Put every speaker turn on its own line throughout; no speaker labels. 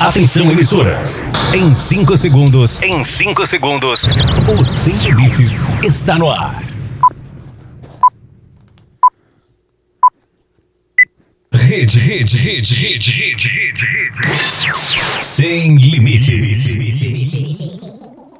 Atenção, emissoras. Em 5 segundos. Em 5 segundos. O Sem Limites está no ar. Rede, rede, rede, rede, rede, rede, rede. Sem limites.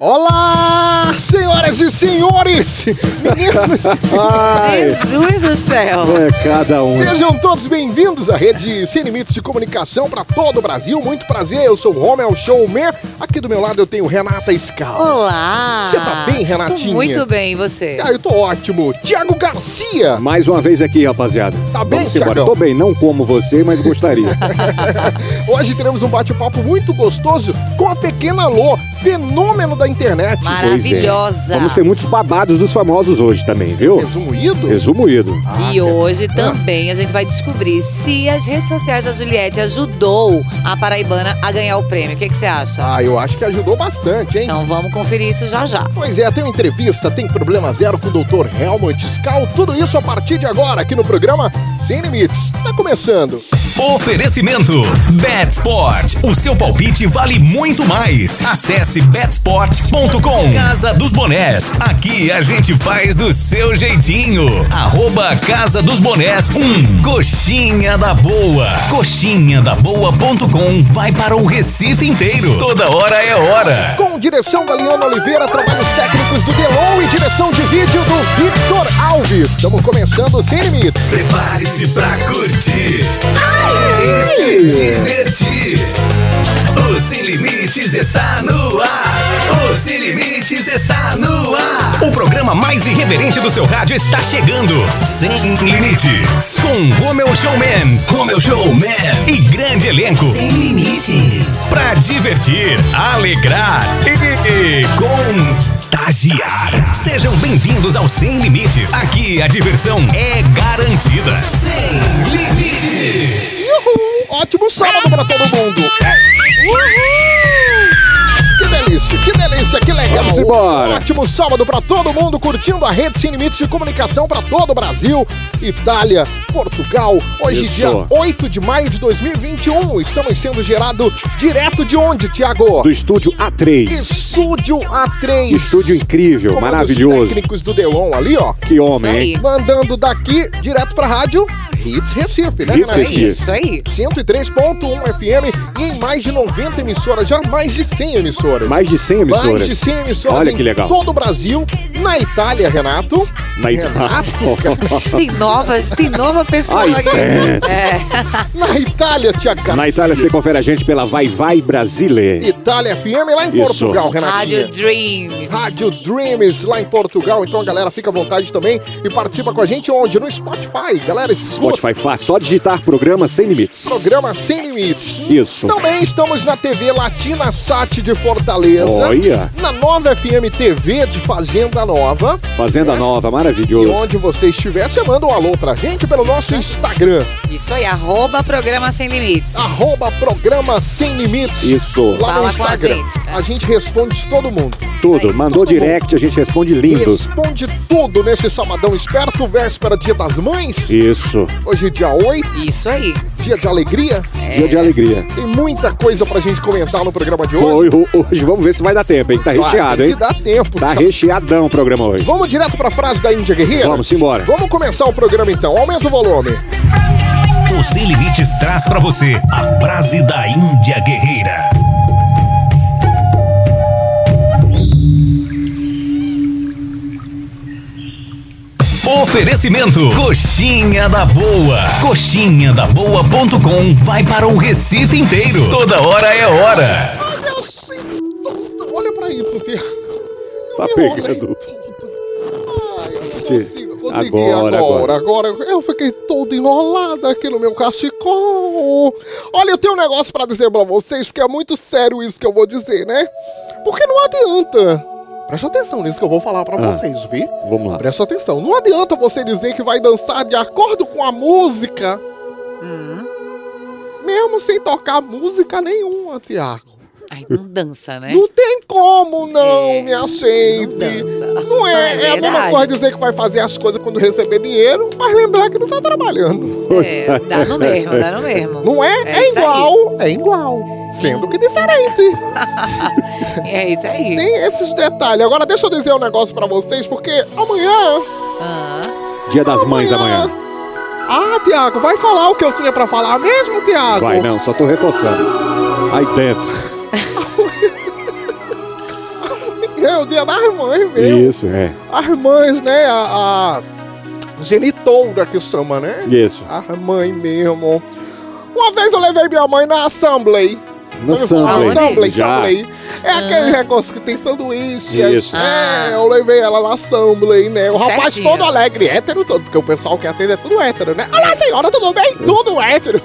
Olá, senhoras e senhores, meninos, Ah, é.
Ai,
Jesus do céu!
é cada um.
sejam todos bem-vindos à rede Sem Limites de Comunicação para todo o Brasil. Muito prazer, eu sou o Romel Showman. Aqui do meu lado eu tenho Renata Scala.
Olá!
Você tá bem, Renatinha?
Tô muito bem, e você?
Ah, eu tô ótimo. Tiago Garcia.
Mais uma vez aqui, rapaziada.
Tá bem,
Vamos embora.
Thiagão?
Tô bem, não como você, mas gostaria. é.
Hoje teremos um bate-papo muito gostoso com a pequena Lô, fenômeno da internet.
Maravilhosa!
Vamos ter muitos babados dos famosos hoje também, viu?
Resumido?
Resumido.
Ah,
E hoje também a gente vai descobrir se as redes sociais da Juliette ajudou a Paraibana a ganhar o prêmio. O que que você acha?
Ah, eu acho que ajudou bastante, hein?
Então vamos conferir isso já já.
Pois é, tem uma entrevista, tem problema zero com o Dr. Helmut Scal, tudo isso a partir de agora aqui no programa Sem Limites. Tá começando.
Oferecimento Betsport. O seu palpite vale muito mais. Acesse betsport.com. Casa dos Bonés. Aqui a gente faz do seu jeitinho. Arroba Casa dos Bonés 1. Coxinha da Boa. Coxinha da Boa.com vai para o Recife inteiro. Toda hora é hora.
Com direção da Liana Oliveira, trabalhos técnicos do Delon e direção de vídeo do Victor Alves. Estamos começando o Sem Limites.
Prepare-se pra curtir e se divertir. O Sem Limites está no ar. O Sem Limites está no ar. O programa mais irreverente do seu rádio está chegando. Sem Limites. Com Romeu Showman, Romeu Showman e grande elenco. Sem Limites. Pra divertir, alegrar e contagiar. Sejam bem-vindos ao Sem Limites. Aqui a diversão é garantida. Sem Limites.
Uhul! Ótimo sábado pra todo mundo. Que delícia, que delícia, que legal.
Vamos embora.
Ótimo sábado pra todo mundo curtindo a rede Sem Limites de comunicação pra todo o Brasil, Itália, Portugal. Hoje,
Isso.
dia 8 de maio de 2021. Estamos sendo gerado direto de onde, Tiago?
Do estúdio A3.
Estúdio A3.
Estúdio incrível,
Comando é dos
maravilhoso.
técnicos do Delon ali, ó.
Que homem,
Isso aí.
hein?
Mandando daqui direto pra rádio Hits Recife, né,
Hits Recife.
Renatinho?
É Isso aí.
103.1 FM um e em mais de 90 emissoras, já mais de 100 emissoras.
Mais de 100
Mais de
emissoras.
100 emissoras
Olha
em
que legal.
todo o Brasil, na Itália, Renato.
Na
Ah,
Itália.
Tem novas, tem nova pessoa
Ai,
aqui. É.
Na Itália, Tia Garcia.
Na Itália você confere a gente pela Vai Vai Brasile.
Itália FM lá em
Isso.
Portugal, Renatinho.
Rádio Dreams.
Rádio Dreams lá em Portugal. Então, galera, fica à vontade também e participa com a gente onde? No Spotify. Galera, escuta
Spotify faz só digitar programa sem limites.
o programa Sem Limites.
Isso.
Também estamos na TV Latina Sat de Fortaleza.
Olha.
Na Nova FM TV de Fazenda Nova.
Fazenda Nova,
E
maravilhoso.
onde você estiver, você manda um alô pra gente pelo nosso Instagram.
Isso aí, arroba Programa Sem Limites.
Arroba Programa Sem Limites.
Isso.
Lá no
Fala com a
Instagram.
gente. é.
A gente responde todo mundo.
Tudo.
aí,
Mandou
todo mundo.
direct, a gente responde lindo.
Responde tudo nesse sabadão esperto, véspera Dia das Mães.
Isso.
Hoje é dia 8,
Isso aí.
dia de alegria.
Dia de alegria.
Tem muita coisa pra gente comentar no programa de hoje.
Hoje, hoje vamos ver se vai dar tempo, hein? Tá
Vai,
recheado,
tem
hein?
que dar tempo.
Tá recheadão o programa hoje.
Vamos direto pra frase da Índia Guerreira?
Vamos embora.
Vamos começar o programa então. Aumenta o volume.
O Sem Limites traz pra você a frase da Índia Guerreira. Oferecimento Coxinha da Boa. Coxinha da Boa.com vai para o Recife inteiro. Toda hora é hora.
Olha pra isso, filho.
Tá
Me olha aí
pegando.
tudo. Ai, eu não
Que-
consigo, eu consegui
agora,
agora, agora, Eu fiquei todo enrolado aqui no meu cachecol. Olha, eu tenho um negócio pra dizer pra vocês, porque é muito sério isso que eu vou dizer, né? Porque não adianta. Presta atenção nisso que eu vou falar pra
Ah.
vocês, viu?
Vamos lá.
Presta atenção. Não adianta você dizer que vai dançar de acordo com a música, mesmo sem tocar música nenhuma, Tiago.
Ai, não dança, né?
Não tem como não,
É,
minha gente.
não dança.
Não é, é,
É
a mesma
verdade.
coisa dizer que vai fazer as coisas quando receber dinheiro, mas lembrar que não tá trabalhando.
É, dá no mesmo, dá no mesmo.
Não é? É,
É isso aí.
igual, é igual. Sendo que diferente.
É isso aí.
Tem esses detalhes. Agora deixa eu dizer um negócio pra vocês, porque amanhã.
Ah,
Dia das Mães amanhã.
Ah, Tiago, vai falar o que eu tinha pra falar mesmo, Tiago?
Vai, né? não, só tô reforçando. Aí dentro.
É o dia das mães mesmo.
Isso, é.
As mães, né? A, a genitora que chama, né?
Isso.
A mãe mesmo. Uma vez eu levei minha mãe na Assembly.
Na
Aonde?
Sampley.
Assembly,
Já.
Assembly. É aquele negócio que tem sanduíche. as-
Isso.
É,
Ah.
eu levei ela na Assembly, né? O rapaz
Certinho.
todo alegre, hétero todo, porque o pessoal que atende é tudo hétero, né? Olá, senhora, tudo bem? Tudo hétero.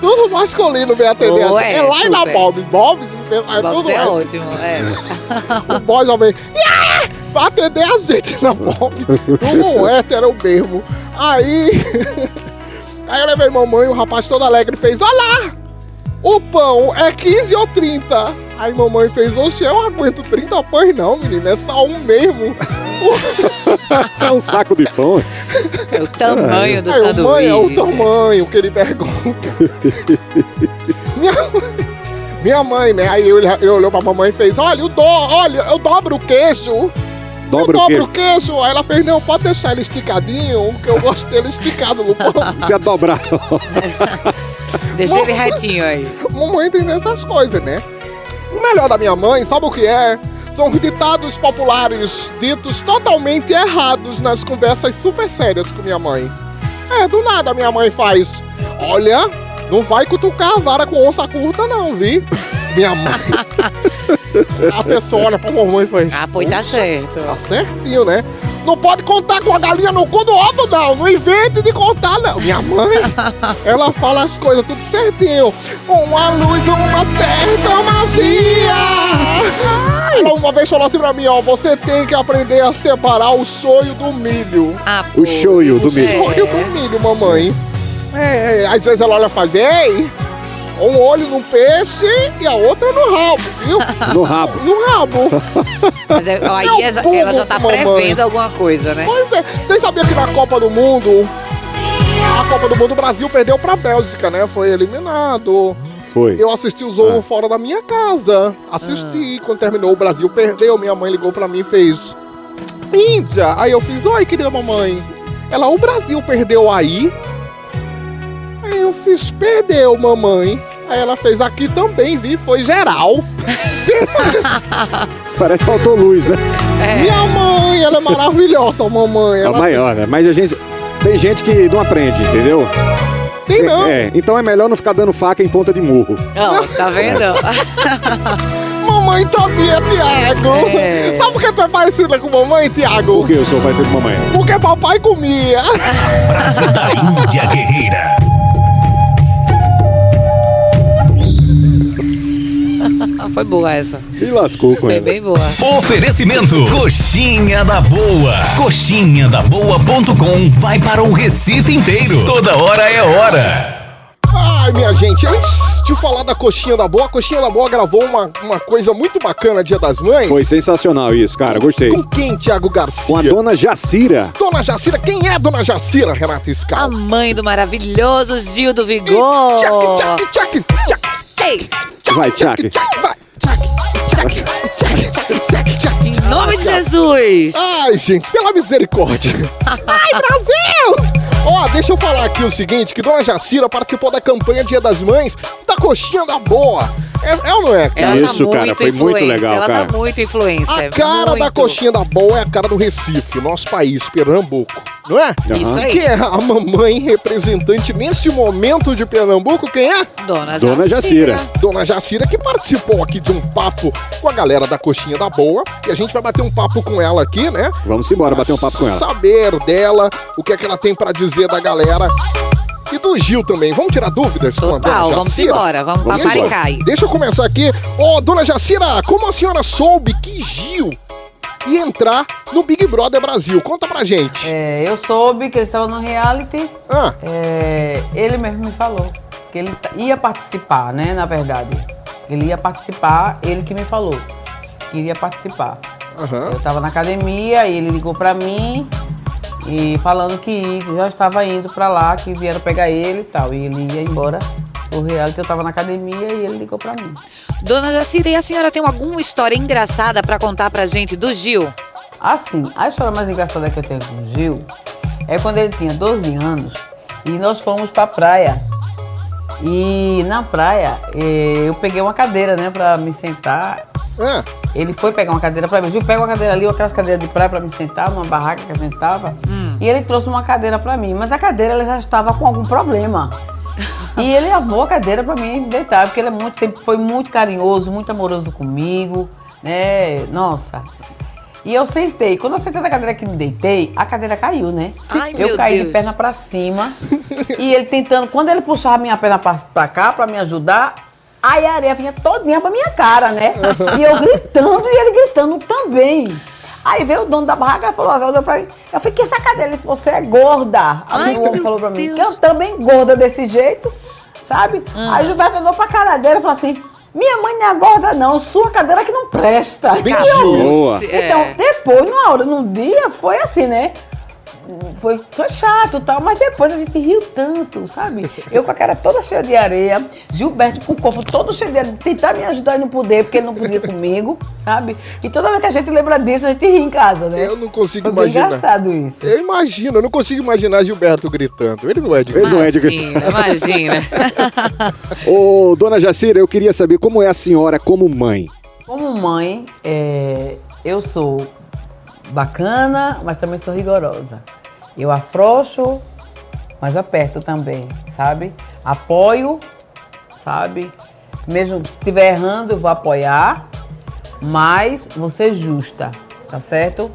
tudo masculino vem atender.
Oh,
assim. é,
é,
lá e na
super.
Bob. Bob, é tudo
você é
hétero.
ótimo. É.
O boy já vem. "Ah!" Pra atender a gente na Bob. Tudo hétero mesmo. Aí. Aí eu levei mamãe, o rapaz todo alegre fez: Olha lá! O pão é 15 ou 30? Aí mamãe fez: Oxe, eu aguento 30 pães não, menina, é só um mesmo.
É um saco de pão.
É o tamanho do
Aí eu, mãe, é o
sanduíche.
tamanho que ele pergunta. minha, mãe- minha mãe, né? Aí ele, ele olhou pra mamãe e fez: Olha, eu do, olha, eu dobro o queijo.
Dobra o
eu dobro
queijo.
o queijo. Aí ela fez, não, pode deixar ele esticadinho, que eu gosto dele esticado no pão.
Precisa dobrar.
Deixa ele retinho aí.
Mamãe tem essas coisas, né? O melhor da minha mãe, sabe o que é? São ditados populares ditos totalmente errados nas conversas super sérias com minha mãe. É, do nada minha mãe faz. Olha, não vai cutucar a vara com onça curta, não, vi? Minha mãe. a pessoa olha pra mamãe e faz.
Ah, pois tá certo.
Tá certinho, né? Não pode contar com a galinha no cu do ovo, não. Não invente de contar, não. Minha mãe, ela fala as coisas tudo certinho. Uma luz, uma certa magia. Ela uma vez falou assim pra mim, ó. Você tem que aprender a separar o sonho do milho.
Ah,
O shoyu do
isso
milho.
é.
Sonho do milho, mamãe. É, às vezes ela olha e faz, ei, um olho no peixe e a outra no rabo, viu?
No rabo.
No rabo.
Mas é- ó,
Meu
aí essa-
burro,
ela já tá
mamãe.
prevendo alguma coisa, né?
Pois é, vocês sabiam que na Copa do Mundo, a Copa do Mundo, o Brasil perdeu pra Bélgica, né? Foi eliminado.
Foi.
Eu assisti o jogo
Ah.
fora da minha casa. Assisti, quando terminou, o Brasil perdeu. Minha mãe ligou pra mim e fez. Índia! Aí eu fiz, oi, querida mamãe. Ela, o Brasil perdeu aí? Aí eu fiz, perdeu, mamãe. Aí ela fez, aqui também, vi, foi geral.
Parece que faltou luz, né?
Minha mãe, ela é maravilhosa, mamãe.
É o
Ela
maior, né? Mas a gente. Tem gente que não aprende, entendeu?
tem não.
É, então é melhor não ficar dando faca em ponta de murro.
Não, tá vendo?
Mamãe todinha, Tiago.
É.
Sabe por que tu é parecida com mamãe, Tiago?
Porque eu sou parecido com mamãe.
Porque papai comia.
Praça da Índia Guerreira.
Ah, Foi boa essa.
E lascou com
Foi
ela.
bem boa.
Oferecimento Coxinha da Boa. Coxinha da Boa.com vai para o Recife inteiro. Toda hora é hora.
Ai, minha gente, antes de falar da Coxinha da Boa, a Coxinha da Boa gravou uma, uma coisa muito bacana Dia das Mães.
Foi sensacional isso, cara. Gostei.
Com quem, Tiago
Com a
Garcia?
dona Jacira.
Dona Jacira, quem é a Dona Jacira, Renata
A
Scal?
mãe do maravilhoso Gil do
Tchac,
Vigor.
tchac, tchac, tchac,
Ei,
Vai, Tchak.
tchac, vai.
tchac, tchac, tchac.
Tchac, tchac.
Em nome de Jesus.
Ai, gente, pela misericórdia. Ai, Brasil! Ó, deixa eu falar aqui o seguinte, que Dona Jacira participou da campanha Dia das Mães da Coxinha da Boa. É, é ou não é, cara?
Ela
Isso,
tá
cara,
muito
foi muito
influencer.
legal,
Ela
cara.
tá muito influencer.
A cara da
muito.
Coxinha da Boa é a cara do Recife, nosso país, Pernambuco, não é?
Isso aí.
Quem é a mamãe representante neste momento de Pernambuco? Quem é?
Dona,
Dona Jacira.
Dona Jacira, que participou aqui de um papo com a galera da Coxinha da Boa. E a gente vai bater um papo com ela aqui, né?
Vamos embora bater um papo com ela.
Saber dela, o que é que ela tem pra dizer da galera. E do Gil também. Vamos tirar dúvidas com a dona
Total, vamos
Jacira?
embora. Vamos,
Vamos
vamos
embora.
paparicar aí.
Deixa eu começar aqui. Ô, dona Jacira, como a senhora soube que Gil ia entrar no Big Brother Brasil? Conta pra gente.
É, eu soube que ele estava no reality,
Ah,
é, ele mesmo me falou. porque ele ia participar, né, na verdade. Ele ia participar, ele que me falou. que Iria participar.
Aham.
Eu tava na academia e ele ligou pra mim e falando que já estava indo pra lá, que vieram pegar ele e tal. E ele ia embora pro reality, eu tava na academia e ele ligou pra mim.
Dona Jacira, e a senhora tem alguma história engraçada pra contar pra gente do Gil?
Assim, a história mais engraçada que eu tenho com o Gil é quando ele tinha 12 anos e nós fomos pra praia. E na praia eh, eu peguei uma cadeira, né, pra me sentar.
Ah,
Ele foi pegar uma cadeira pra mim. Gil, pega uma cadeira ali, ou aquelas cadeiras de praia pra me sentar, numa barraca que a gente tava.
Hum.
E ele trouxe uma cadeira pra mim. Mas a cadeira ela já estava com algum problema. E ele amou a cadeira pra mim deitar, porque ele é muito, sempre foi muito carinhoso, muito amoroso comigo, né? Nossa. E eu sentei. Quando eu sentei na cadeira que me deitei, a cadeira caiu, né?
Ai,
eu
meu
caí
Deus.
de perna pra cima. e ele tentando, quando ele puxava minha perna pra, pra cá, pra me ajudar, aí a areia vinha todinha pra minha cara, né? e eu gritando e ele gritando também. Aí veio o dono da barraca e falou assim, olhou pra mim, eu falei, que essa cadeira? Ele falou, você é gorda.
Ai,
Aí ele
meu
falou pra mim,
Deus. Ah.
que eu também gorda desse jeito, sabe? Aí o Gilberto olhou pra cara dele e falou assim, minha mãe não é gorda não, sua cadeira é que não presta.
Bem
Que eu-
Boa.
Se- é.
então, depois, numa hora, num dia, foi assim, né? Foi, foi chato e tal, mas depois a gente riu tanto, sabe? Eu com a cara toda cheia de areia, Gilberto com o corpo todo cheio de areia, tentar me ajudar e não poder, porque ele não podia comigo, sabe? E toda vez que a gente lembra disso, a gente ri em casa, né?
eu não consigo
Foi bem
imaginar. É,
engraçado isso.
Eu imagino, eu não consigo imaginar Gilberto gritando. Ele não é de
Ele não é de
Imagina, imagina.
Ô, dona Jacira, eu queria saber como é a senhora como mãe.
Como mãe, é, eu sou bacana, mas também sou rigorosa. Eu afrouxo, mas aperto também, sabe? Apoio, sabe? Mesmo se estiver errando, eu vou apoiar, mas vou ser justa, tá certo?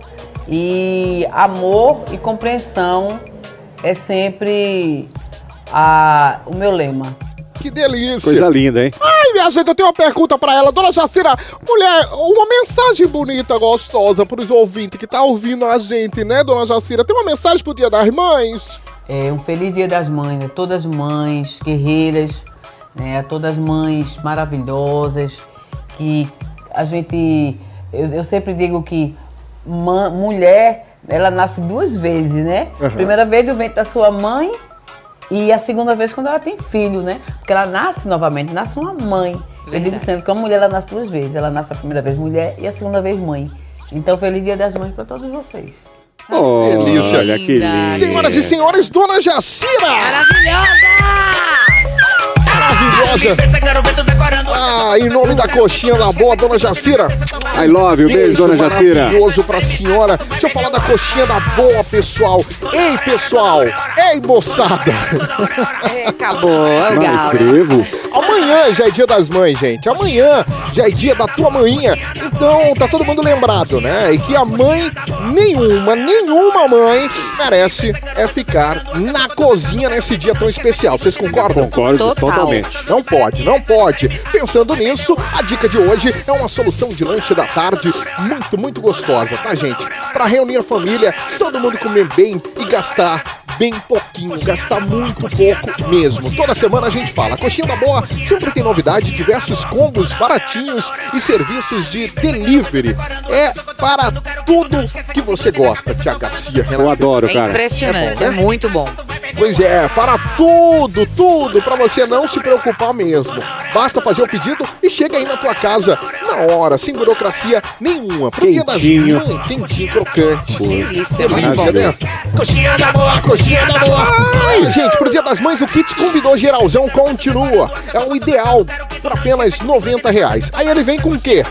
E amor e compreensão é sempre a- o meu lema.
Que delícia.
Coisa linda, hein?
Ai, minha gente, eu tenho uma pergunta pra ela. Dona Jacira, mulher, uma mensagem bonita, gostosa pros ouvintes que tá ouvindo a gente, né, Dona Jacira? Tem uma mensagem pro Dia das Mães?
É, um feliz dia das mães, a todas as mães guerreiras, né, a todas as mães maravilhosas, que a gente. Eu, eu sempre digo que ma- mulher, ela nasce duas vezes, né? Primeira vez do ventre da sua mãe e a segunda vez quando ela tem filho, né? Porque ela nasce novamente, nasce uma mãe. Eu digo
Verdade.
sempre que uma mulher ela nasce duas vezes. Ela nasce a primeira vez mulher e a segunda vez mãe. Então, feliz dia das mães para todos vocês.
Olha,
Ah, delícia.
que lindo.
Senhoras e senhores, Dona Jacira!
Maravilhosa!
Maravilhosa! Ah, em nome da coxinha da boa, Dona Jacira.
I love you, beijo, dona Jacira.
Maravilhoso pra senhora. Deixa eu falar da coxinha da boa, pessoal. Ei, pessoal. Ei, moçada.
É, acabou, é o
Mas
galo.
frevo.
Amanhã já é dia das mães, gente. Amanhã já é dia da tua mãinha. Então tá todo mundo lembrado, né? E que a mãe, nenhuma, nenhuma mãe merece é ficar na cozinha nesse dia tão especial. Vocês concordam?
Concordo
Total.
totalmente.
Não pode, não pode. Pensando nisso, a dica de hoje é uma solução de lanche da tarde muito, muito gostosa, tá, gente? Pra reunir a família, todo mundo comer bem e gastar bem pouquinho, gastar muito pouco mesmo. Toda semana a gente fala. Coxinha da Boa sempre tem novidade, diversos combos baratinhos e serviços de delivery. É para tudo que você gosta, Tia Garcia, Renato.
Eu adoro,
É
cara.
impressionante,
É
é
bom, né?
muito bom.
Pois é, para tudo, tudo, para você não se preocupar mesmo. Basta fazer o pedido e chega aí na tua casa na hora, sem burocracia nenhuma. Pro dia das
Quentinho.
mães, quentinho, crocante.
Delícia, muito bom.
Delícia, né? Coxinha da boa, coxinha da boa. Ai, gente, pro Dia das Mães, o kit convidou geralzão continua. É um ideal por apenas 90 reais. Aí ele vem com o quê?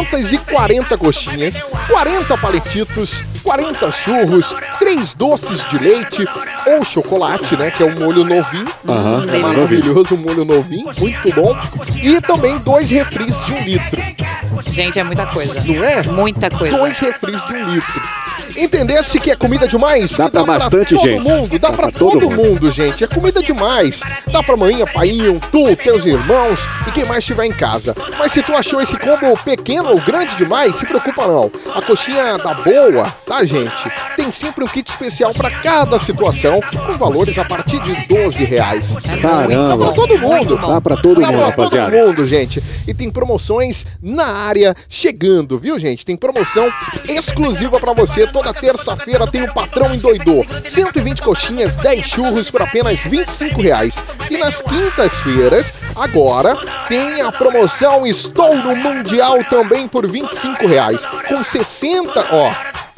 240 coxinhas, 40 paletitos, 40 churros, 3 doces de leite ou chocolate, né? Que é um molho novinho.
Aham,
É maravilhoso, um molho novinho, muito bom. E também dois refris de um litro,
Gente, é muita coisa.
não é?
Muita coisa.
Dois refris de um litro. entendesse que é comida demais?
Dá
que
pra bastante
todo
gente.
Mundo, dá, pra, todo, mundo. gente. É comida demais. Dá pra maninha, painho, tu, teus irmãos e quem mais estiver em casa. Mas se tu achou esse combo pequeno ou grande demais, se preocupa não. A coxinha é da boa, tá, gente? Tem sempre um kit especial pra cada situação, com valores a partir de 12 reais. Dá pra
Caramba.
Tá todo mundo.
Dá pra todo
Dá
mundo,
pra
rapaziada.
todo mundo, gente. E tem promoções na área chegando, viu, gente? Tem promoção exclusiva pra você. Toda terça-feira tem o Patrão Endoidô. 120 coxinhas, 10 churros por apenas 25 reais. E nas quintas-feiras, agora, tem a promoção Estou no Mundial também por 25 reais. Com 60, ó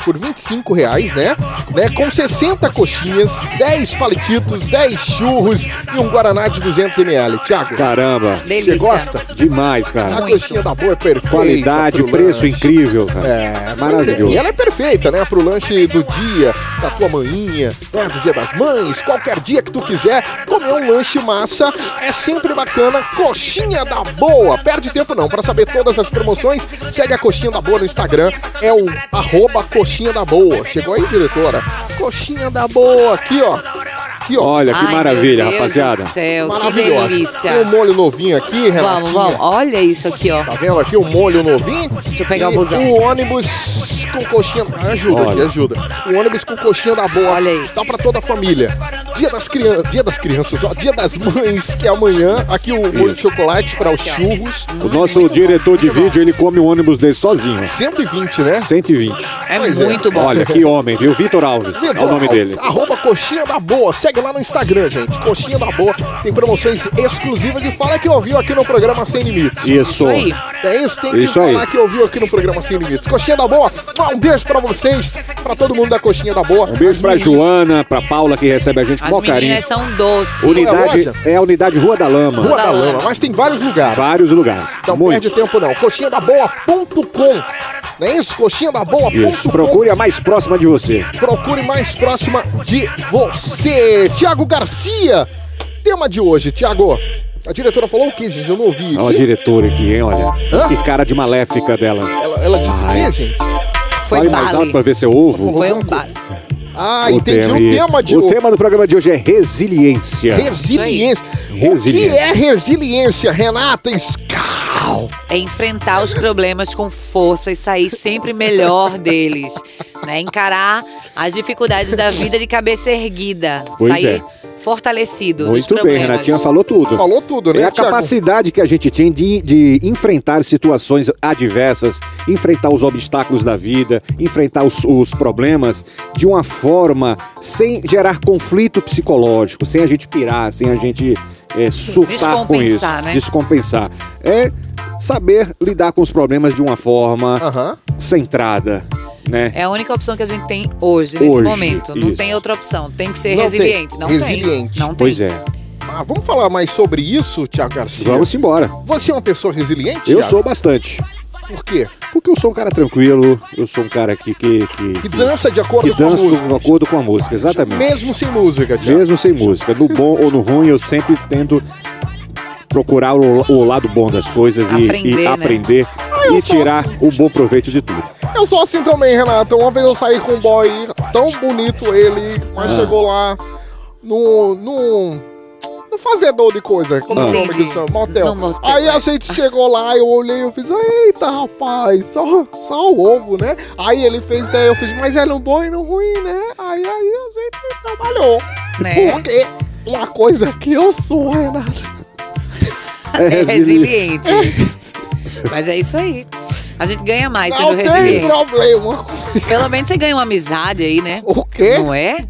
por 25 reais, né? né? Com 60 coxinhas, 10 paletitos, 10 churros e um Guaraná de 200ml. Tiago,
Caramba.
Delícia.
você gosta?
Demais, cara.
A coxinha da boa é perfeita.
Qualidade,
pro
preço
lanche.
incrível, cara.
É, E
maravilhoso.
ela é perfeita, né? Pro lanche do dia, da tua manhinha, né? do dia das mães, qualquer dia que tu quiser, comer um lanche massa é sempre bacana. Coxinha da Boa. Perde tempo não. Pra saber todas as promoções, segue a Coxinha da Boa no Instagram. É o arroba Coxinha da Boa. Chegou aí, diretora? Coxinha da Boa, aqui, ó. Aqui, ó.
Olha que
Ai,
maravilha,
meu Deus
rapaziada.
Do céu, que
Maravilhosa. Tem um
delícia.
molho novinho aqui, Renatinha.
Vamos, vamos. Olha isso aqui, ó.
Tá vendo aqui o molho novinho? Deixa
eu pegar o busão.
O ônibus com coxinha. Ah, Ajuda
Olha.
aqui, ajuda. O ônibus com coxinha da boa.
Olha aí.
Dá pra toda a família. Dia das, crian... Dia das crianças, ó. Dia das mães, que é amanhã. Aqui o molho de chocolate para os churros.
O nosso diretor de vídeo, ele come um ônibus desse sozinho.
120, né?
120.
É
Pois é.
muito bom.
Olha, que homem, viu? Vitor Alves. É o nome dele.
Arroba Coxinha da Boa. Segue lá no Instagram, gente. Coxinha da Boa. Tem promoções exclusivas e fala que ouviu aqui no programa Sem Limites.
Isso.
Isso aí.
É isso, tem que
Isso
falar
aí.
que ouviu aqui no programa Sem Limites. Coxinha da Boa, um beijo pra vocês, pra todo mundo da Coxinha da Boa.
Um beijo pra
As
Joana, pra Paula, que recebe a gente com
As
maior
meninas
carinho.
são doces.
Unidade,
Qual é a loja?
é a unidade Rua da Lama.
Rua da
da
Lama,
Lama.
mas tem vários lugares.
Vários lugares.
Não
Muitos.
perde tempo não. Coxinhadaboa.com Não é isso?
Isso.
Coxinhadaboa.com
Procure a mais próxima de você.
Procure mais próxima de você. Tiago Garcia, tema de hoje, Tiago. A diretora falou o quê, gente? Eu não ouvi.
Olha a
Que-
É diretora aqui, hein? Olha.
Hã?
Que cara de maléfica dela.
ela, ela disse o quê, gente?
Foi
Fale mais alto
Bali.
pra ver seu ovo.
Foi um Bali.
Ah, entendi. O
é isso.
tema de
o
hoje.
tema do programa de hoje é resiliência.
Resiliência.
É. Resiliência.
O que é resiliência, Renata Scal?
é enfrentar os problemas com força e sair sempre melhor deles, né? Encarar as dificuldades da vida de cabeça erguida,
Pois é.
sair fortalecido dos
Muito bem,
problemas.
Renatinha falou tudo.
Falou tudo, né,
É a
Thiago?
capacidade que a gente tem de, de enfrentar situações adversas, enfrentar os obstáculos da vida, enfrentar os, os problemas de uma forma sem gerar conflito psicológico, sem a gente pirar, sem a gente é, surtar com isso.
Descompensar, né?
Descompensar. É saber lidar com os problemas de uma forma
Aham.
centrada, né?
É a única opção que a gente tem hoje,
Hoje,
nesse momento. Não
isso.
tem outra opção. Tem que ser
Não tem.
resiliente. Não
Resiliente.
tem. Não tem.
Pois é.
Ah, vamos falar mais sobre isso, Tiago Garcia?
Vamos embora.
Você é uma pessoa resiliente?
Eu
Thiago?
sou bastante.
Por quê?
Porque eu sou um cara tranquilo, eu sou um cara que. que, que,
Que dança de acordo
que danço
com a música.
de acordo com a música, exatamente.
Mesmo sem música, Tiago.
Mesmo sem música. No bom ou no ruim, eu sempre tento procurar o, o lado bom das coisas e- e,
Aprender, né?
aprender e tirar
assim.
o bom proveito de tudo.
Eu sou assim também, Renata. Uma vez eu saí com um boy tão bonito ele, mas chegou lá num. num. num fazedor de coisa. Como é o nome
Entendi.
disso? Motel.
Num motel, é.
Aí a gente chegou lá, eu olhei e fiz, eita rapaz, só, só o ovo, né? Aí ele fez, daí eu fiz, mas era um bom e no ruim, né? Aí, aí a gente trabalhou.
Né?
Porque uma coisa que eu sou, Renata.
É resiliente. Mas é isso aí. A gente ganha mais sendo
Não tem
resiliente.
problema.
Pelo menos você ganha uma amizade aí, né?
O quê?
Não é?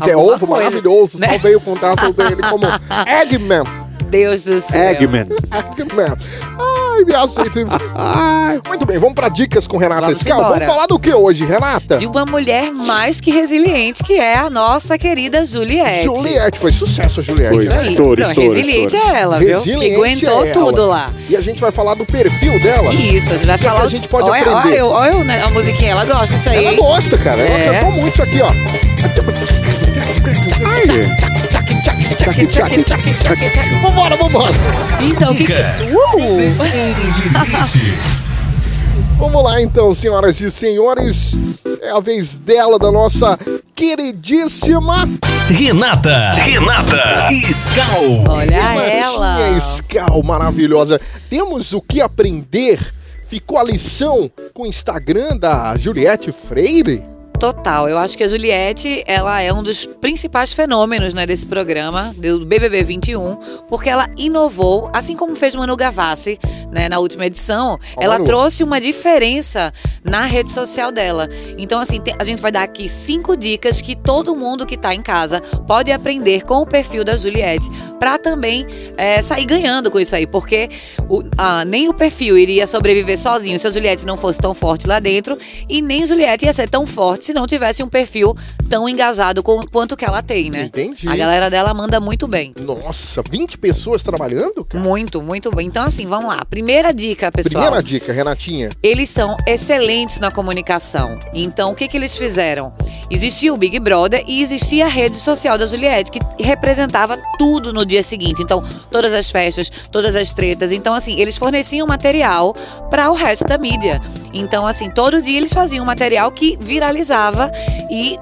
Que é
Alguma
ovo
coisa,
maravilhoso,
né?
só veio o contato dele como Eggman.
Deus
É,
do céu.
Eggman.
Eggman. Ai, me aceita. Ai, Muito bem, vamos pra dicas com Renata
Vamos
Escal.
embora.
Vamos falar do que hoje, Renata?
de uma mulher mais que resiliente, que é a nossa querida Juliette.
Juliette, foi sucesso, Juliette.
Foi.
Isso aí.
Estouro,
Não,
estouro,
resiliente
estouro.
é ela, viu? Que
Resiliente
aguentou
é ela.
tudo lá.
E a gente vai falar do perfil dela.
E Isso, a gente vai
que que
falar.
a
os-
gente pode
olha,
aprender?
Olha, eu- olha, o ne- a musiquinha, ela gosta disso aí.
Ela
hein?
gosta, cara. Ela
É.
cantou muito aqui, ó. Vambora, vambora.
Então, fica.
Dicas
Uh!
sem limites.
Vamos lá então, senhoras e senhores. É a vez dela, da nossa queridíssima
Renata. Renata. Iscal.
Olha
Martinha
ela.
Escal, maravilhosa. Temos o que aprender. Ficou a lição com o Instagram da Juliette Freire?
Total. Eu acho que a Juliette, ela é um dos principais fenômenos né, desse programa, do BBB 21, porque ela inovou, assim como fez Manu Gavassi né, na última edição,
Ó,
ela
Manu.
trouxe uma diferença na rede social dela. Então, assim, te- a gente vai dar aqui cinco dicas que todo mundo que tá em casa pode aprender com o perfil da Juliette, pra também é, sair ganhando com isso aí, porque o- ah, nem o perfil iria sobreviver sozinho se a Juliette não fosse tão forte lá dentro, e nem Juliette ia ser tão forte se não tivesse um perfil tão engajado com, quanto que ela tem, né?
Entendi.
A galera dela manda muito bem.
Nossa, 20 pessoas trabalhando, cara?
Muito, muito bem. Então, assim, vamos lá. Primeira dica, pessoal.
Primeira dica, Renatinha.
Eles são excelentes na comunicação. Então, o que, que eles fizeram? Existia o Big Brother e existia a rede social da Juliette, que representava tudo no dia seguinte. Então, todas as festas, todas as tretas. Então, assim, eles forneciam material para o resto da mídia. Então, assim, todo dia eles faziam material que viralizava e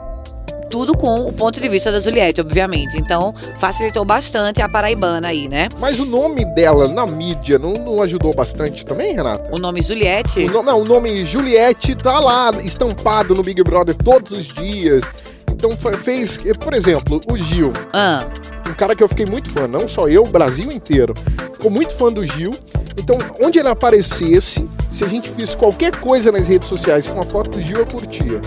tudo com o ponto de vista da Juliette, obviamente. Então, facilitou bastante a paraibana aí, né?
Mas o nome dela na mídia não, não ajudou bastante também, Renata?
O nome Juliette.
O nome, não, o nome Juliette tá lá estampado no Big Brother todos os dias. Então fe- fez, por exemplo, o Gil,
Ah.
um cara que eu fiquei muito fã, não só eu, o Brasil inteiro. Ficou muito fã do Gil. Então, onde ele aparecesse, se a gente fizesse qualquer coisa nas redes sociais com a foto do Gil, eu curtia.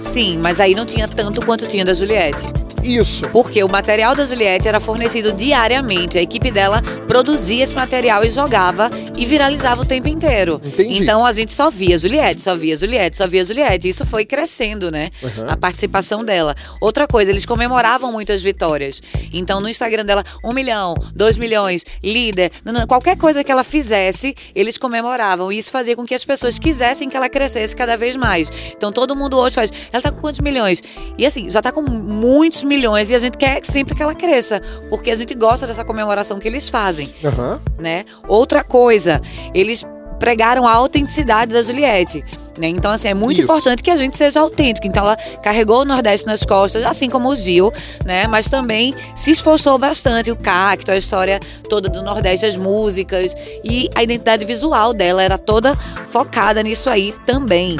Sim, mas aí não tinha tanto quanto tinha da Juliette.
Isso.
Porque o material da Juliette era fornecido diariamente. A equipe dela produzia esse material e jogava e viralizava o tempo inteiro.
Entendi.
Então a gente só via Juliette, só via Juliette, só via Juliette. Isso foi crescendo, né?
Aham.
A participação dela. Outra coisa, eles comemoravam muito as vitórias. Então no Instagram dela, um milhão, dois milhões, líder, nanana, qualquer coisa que ela fizesse, eles comemoravam. E isso fazia com que as pessoas quisessem que ela crescesse cada vez mais. Então todo mundo hoje faz, ela tá com quantos milhões? E assim, já tá com muitos milhões e a gente quer sempre que ela cresça. Porque a gente gosta dessa comemoração que eles fazem
Aham.
né? Outra coisa, eles pregaram a autenticidade da Juliette. Né? Então, assim, é muito
Isso.
importante que a gente seja autêntico. Então, ela carregou o Nordeste nas costas, assim como o Gil, né? Mas também se esforçou bastante. O cacto, a história toda do Nordeste, as músicas e a identidade visual dela era toda focada nisso aí também.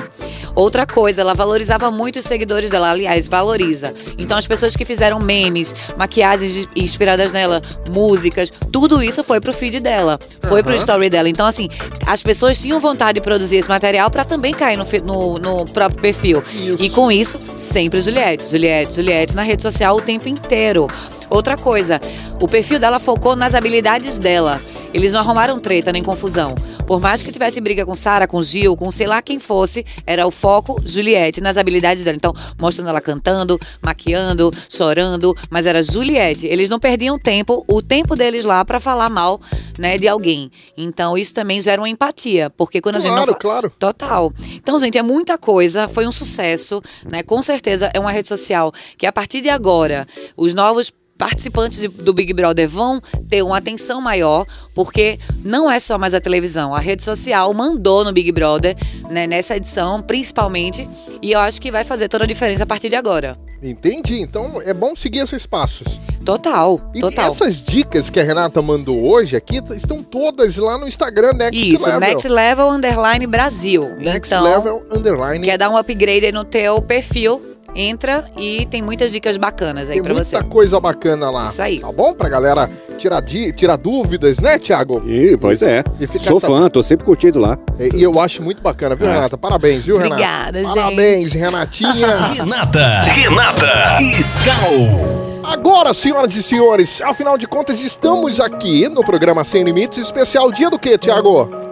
Outra coisa, ela valorizava muito os seguidores dela, aliás, valoriza. Então as pessoas que fizeram memes, maquiagens de- inspiradas nela, músicas, tudo isso foi pro feed dela, foi pro story dela. Então assim, as pessoas tinham vontade de produzir esse material pra também cair no, fi- no- no próprio perfil.
Isso.
E com isso, sempre Juliette, Juliette, Juliette na rede social o tempo inteiro. Outra coisa, o perfil dela focou nas habilidades dela. Eles não arrumaram treta nem confusão. Por mais que tivesse briga com Sara, com Gil, com sei lá quem fosse, era o foco Juliette nas habilidades dela. Então, mostrando ela cantando, maquiando, chorando, mas era Juliette. Eles não perdiam tempo, o tempo deles lá pra falar mal, né, de alguém. Então, isso também gera uma empatia, porque quando a gente não
Claro,
fa-
claro.
Total. Então, gente, é muita coisa, foi um sucesso, né? Com certeza é uma rede social que a partir de agora, os novos participantes de- do Big Brother vão ter uma atenção maior, porque não é só mais a televisão, a rede social mandou no Big Brother, né, nessa edição principalmente, e eu acho que vai fazer toda a diferença a partir de agora.
Entendi. Então é bom seguir esses passos.
Total,
E
total.
essas dicas que a Renata mandou hoje aqui t- estão todas lá no Instagram Next
Isso,
Level.
Next Level Underline Brasil.
Next
então,
Level é Underline.
Quer dar um upgrade aí no teu perfil? Entra e tem muitas dicas bacanas aí
Tem
pra
muita
você.
coisa bacana lá.
Isso aí.
Tá bom? Pra galera tirar, di- tirar dúvidas, né, Thiago?
Ih, pois é.
E ficar
Sou fã, tô sempre curtindo lá.
E, e eu acho muito bacana, viu,
É.
Renata? Parabéns, viu, Renata?
Obrigada, gente.
Parabéns, Renatinha.
Renata. Renata. Iscal.
Agora, senhoras e senhores, afinal de contas, estamos aqui no programa Sem Limites, especial dia do quê, Thiago?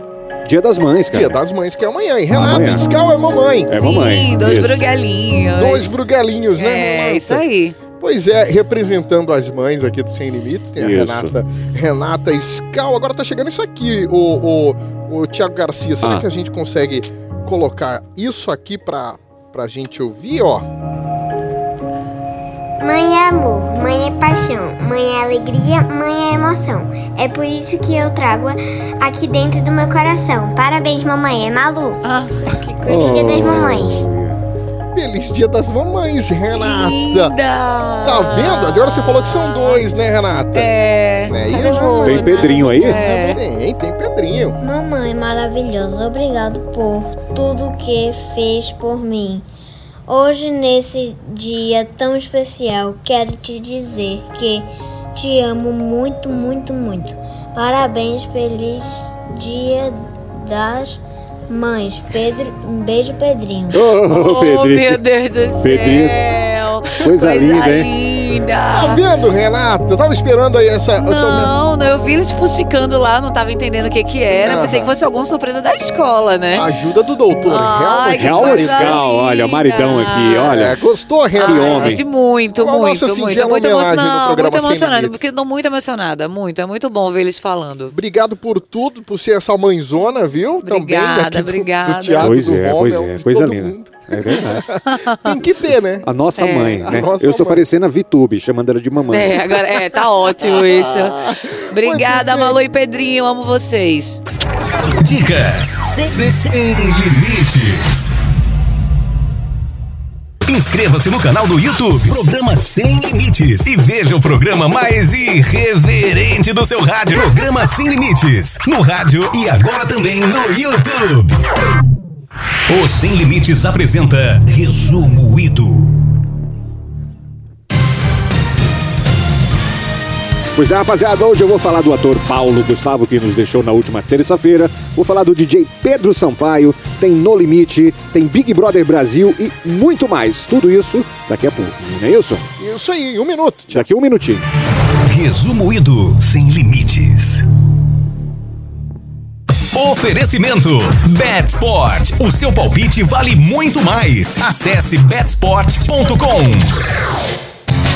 Dia das Mães, cara.
Dia das Mães, que é amanhã. E Renata,
Amanhã.
Scal é mamãe.
É,
Sim,
mamãe.
dois
Isso.
brugalinhos.
Dois bruguelinhos, né,
É,
Renata?
isso aí.
Pois é, representando as mães aqui do Sem Limites, tem a
Isso.
Renata, Renata Scal. Agora tá chegando isso aqui, o, o, o Tiago Garcia. Será
Ah.
que a gente consegue colocar isso aqui pra, pra gente ouvir, ó?
Mãe é amor, mãe é paixão, mãe é alegria, mãe é emoção. É por isso que eu trago aqui dentro do meu coração. Parabéns, mamãe, é Malu.
Ah, que coisa.
Feliz Dia das Mamães.
Feliz Dia das Mamães, Renata!
Linda!
Tá vendo? Agora você falou que são dois, né, Renata?
É.
Né,
Cadê
isso?
mamãe?
Tem Pedrinho aí?
É.
Tem, tem Pedrinho.
Mamãe maravilhosa, obrigado por tudo que fez por mim. Hoje, nesse dia tão especial, quero te dizer que te amo muito, muito, muito. Parabéns, feliz dia das mães. Pedro, um beijo, Pedrinho.
Ô, ô, ô,
Oh,
Pedrinho.
meu Deus do
Pedrinho.
céu.
Coisa linda, hein?
Tá
linda.
vendo, Renata? Tava esperando aí essa. essa-
Não, não, eu vi eles fuxicando lá, não tava entendendo o que que era.
Aham.
Pensei que fosse alguma surpresa da escola, né?
ajuda do doutor.
Ai,
realmente.
que
Real
coisa
Escal,
linda.
olha, o maridão aqui,
Olha,
olha.
gostou,
Ai,
Renata?
homem.
gente, muito,
Uma
muito,
nossa
muito.
singela
Muito, emo...
homenagem no
não,
programa
muito
Sem
emocionante,
Limites.
porque eu tô muito emocionada, muito. É muito bom ver eles falando.
Obrigado por tudo, por ser essa mãezona, viu?
Obrigada,
Também daqui do-
obrigada.
Do teatro,
Pois
do
é,
Rommel,
pois é,
de
coisa
todo
linda.
mundo.
É verdade.
Tem que ter, né?
A nossa
É.
mãe,
A
né?
nossa
Eu estou
mãe.
parecendo a Vitube, chamando ela de mamãe.
É, agora, é, tá
Ah.
ótimo isso. Obrigada,
Muito bem.
Malu e Pedrinho, amo vocês.
Dicas sem, limites. Inscreva-se no canal do YouTube. Programa Sem Limites. E veja o programa mais irreverente do seu rádio. Programa Sem Limites. No rádio e agora também no YouTube. O Sem Limites apresenta Resumo Ido.
Pois é, rapaziada, hoje eu vou falar do ator Paulo Gustavo, que nos deixou na última terça-feira. Vou falar do DJ Pedro Sampaio, tem No Limite, tem Big Brother Brasil e muito mais. Tudo isso daqui a pouco, não é isso?
Isso aí, um minuto.
Daqui a um minutinho.
Resumo Ido Sem Limites. Oferecimento Betsport. O seu palpite vale muito mais. Acesse betsport.com.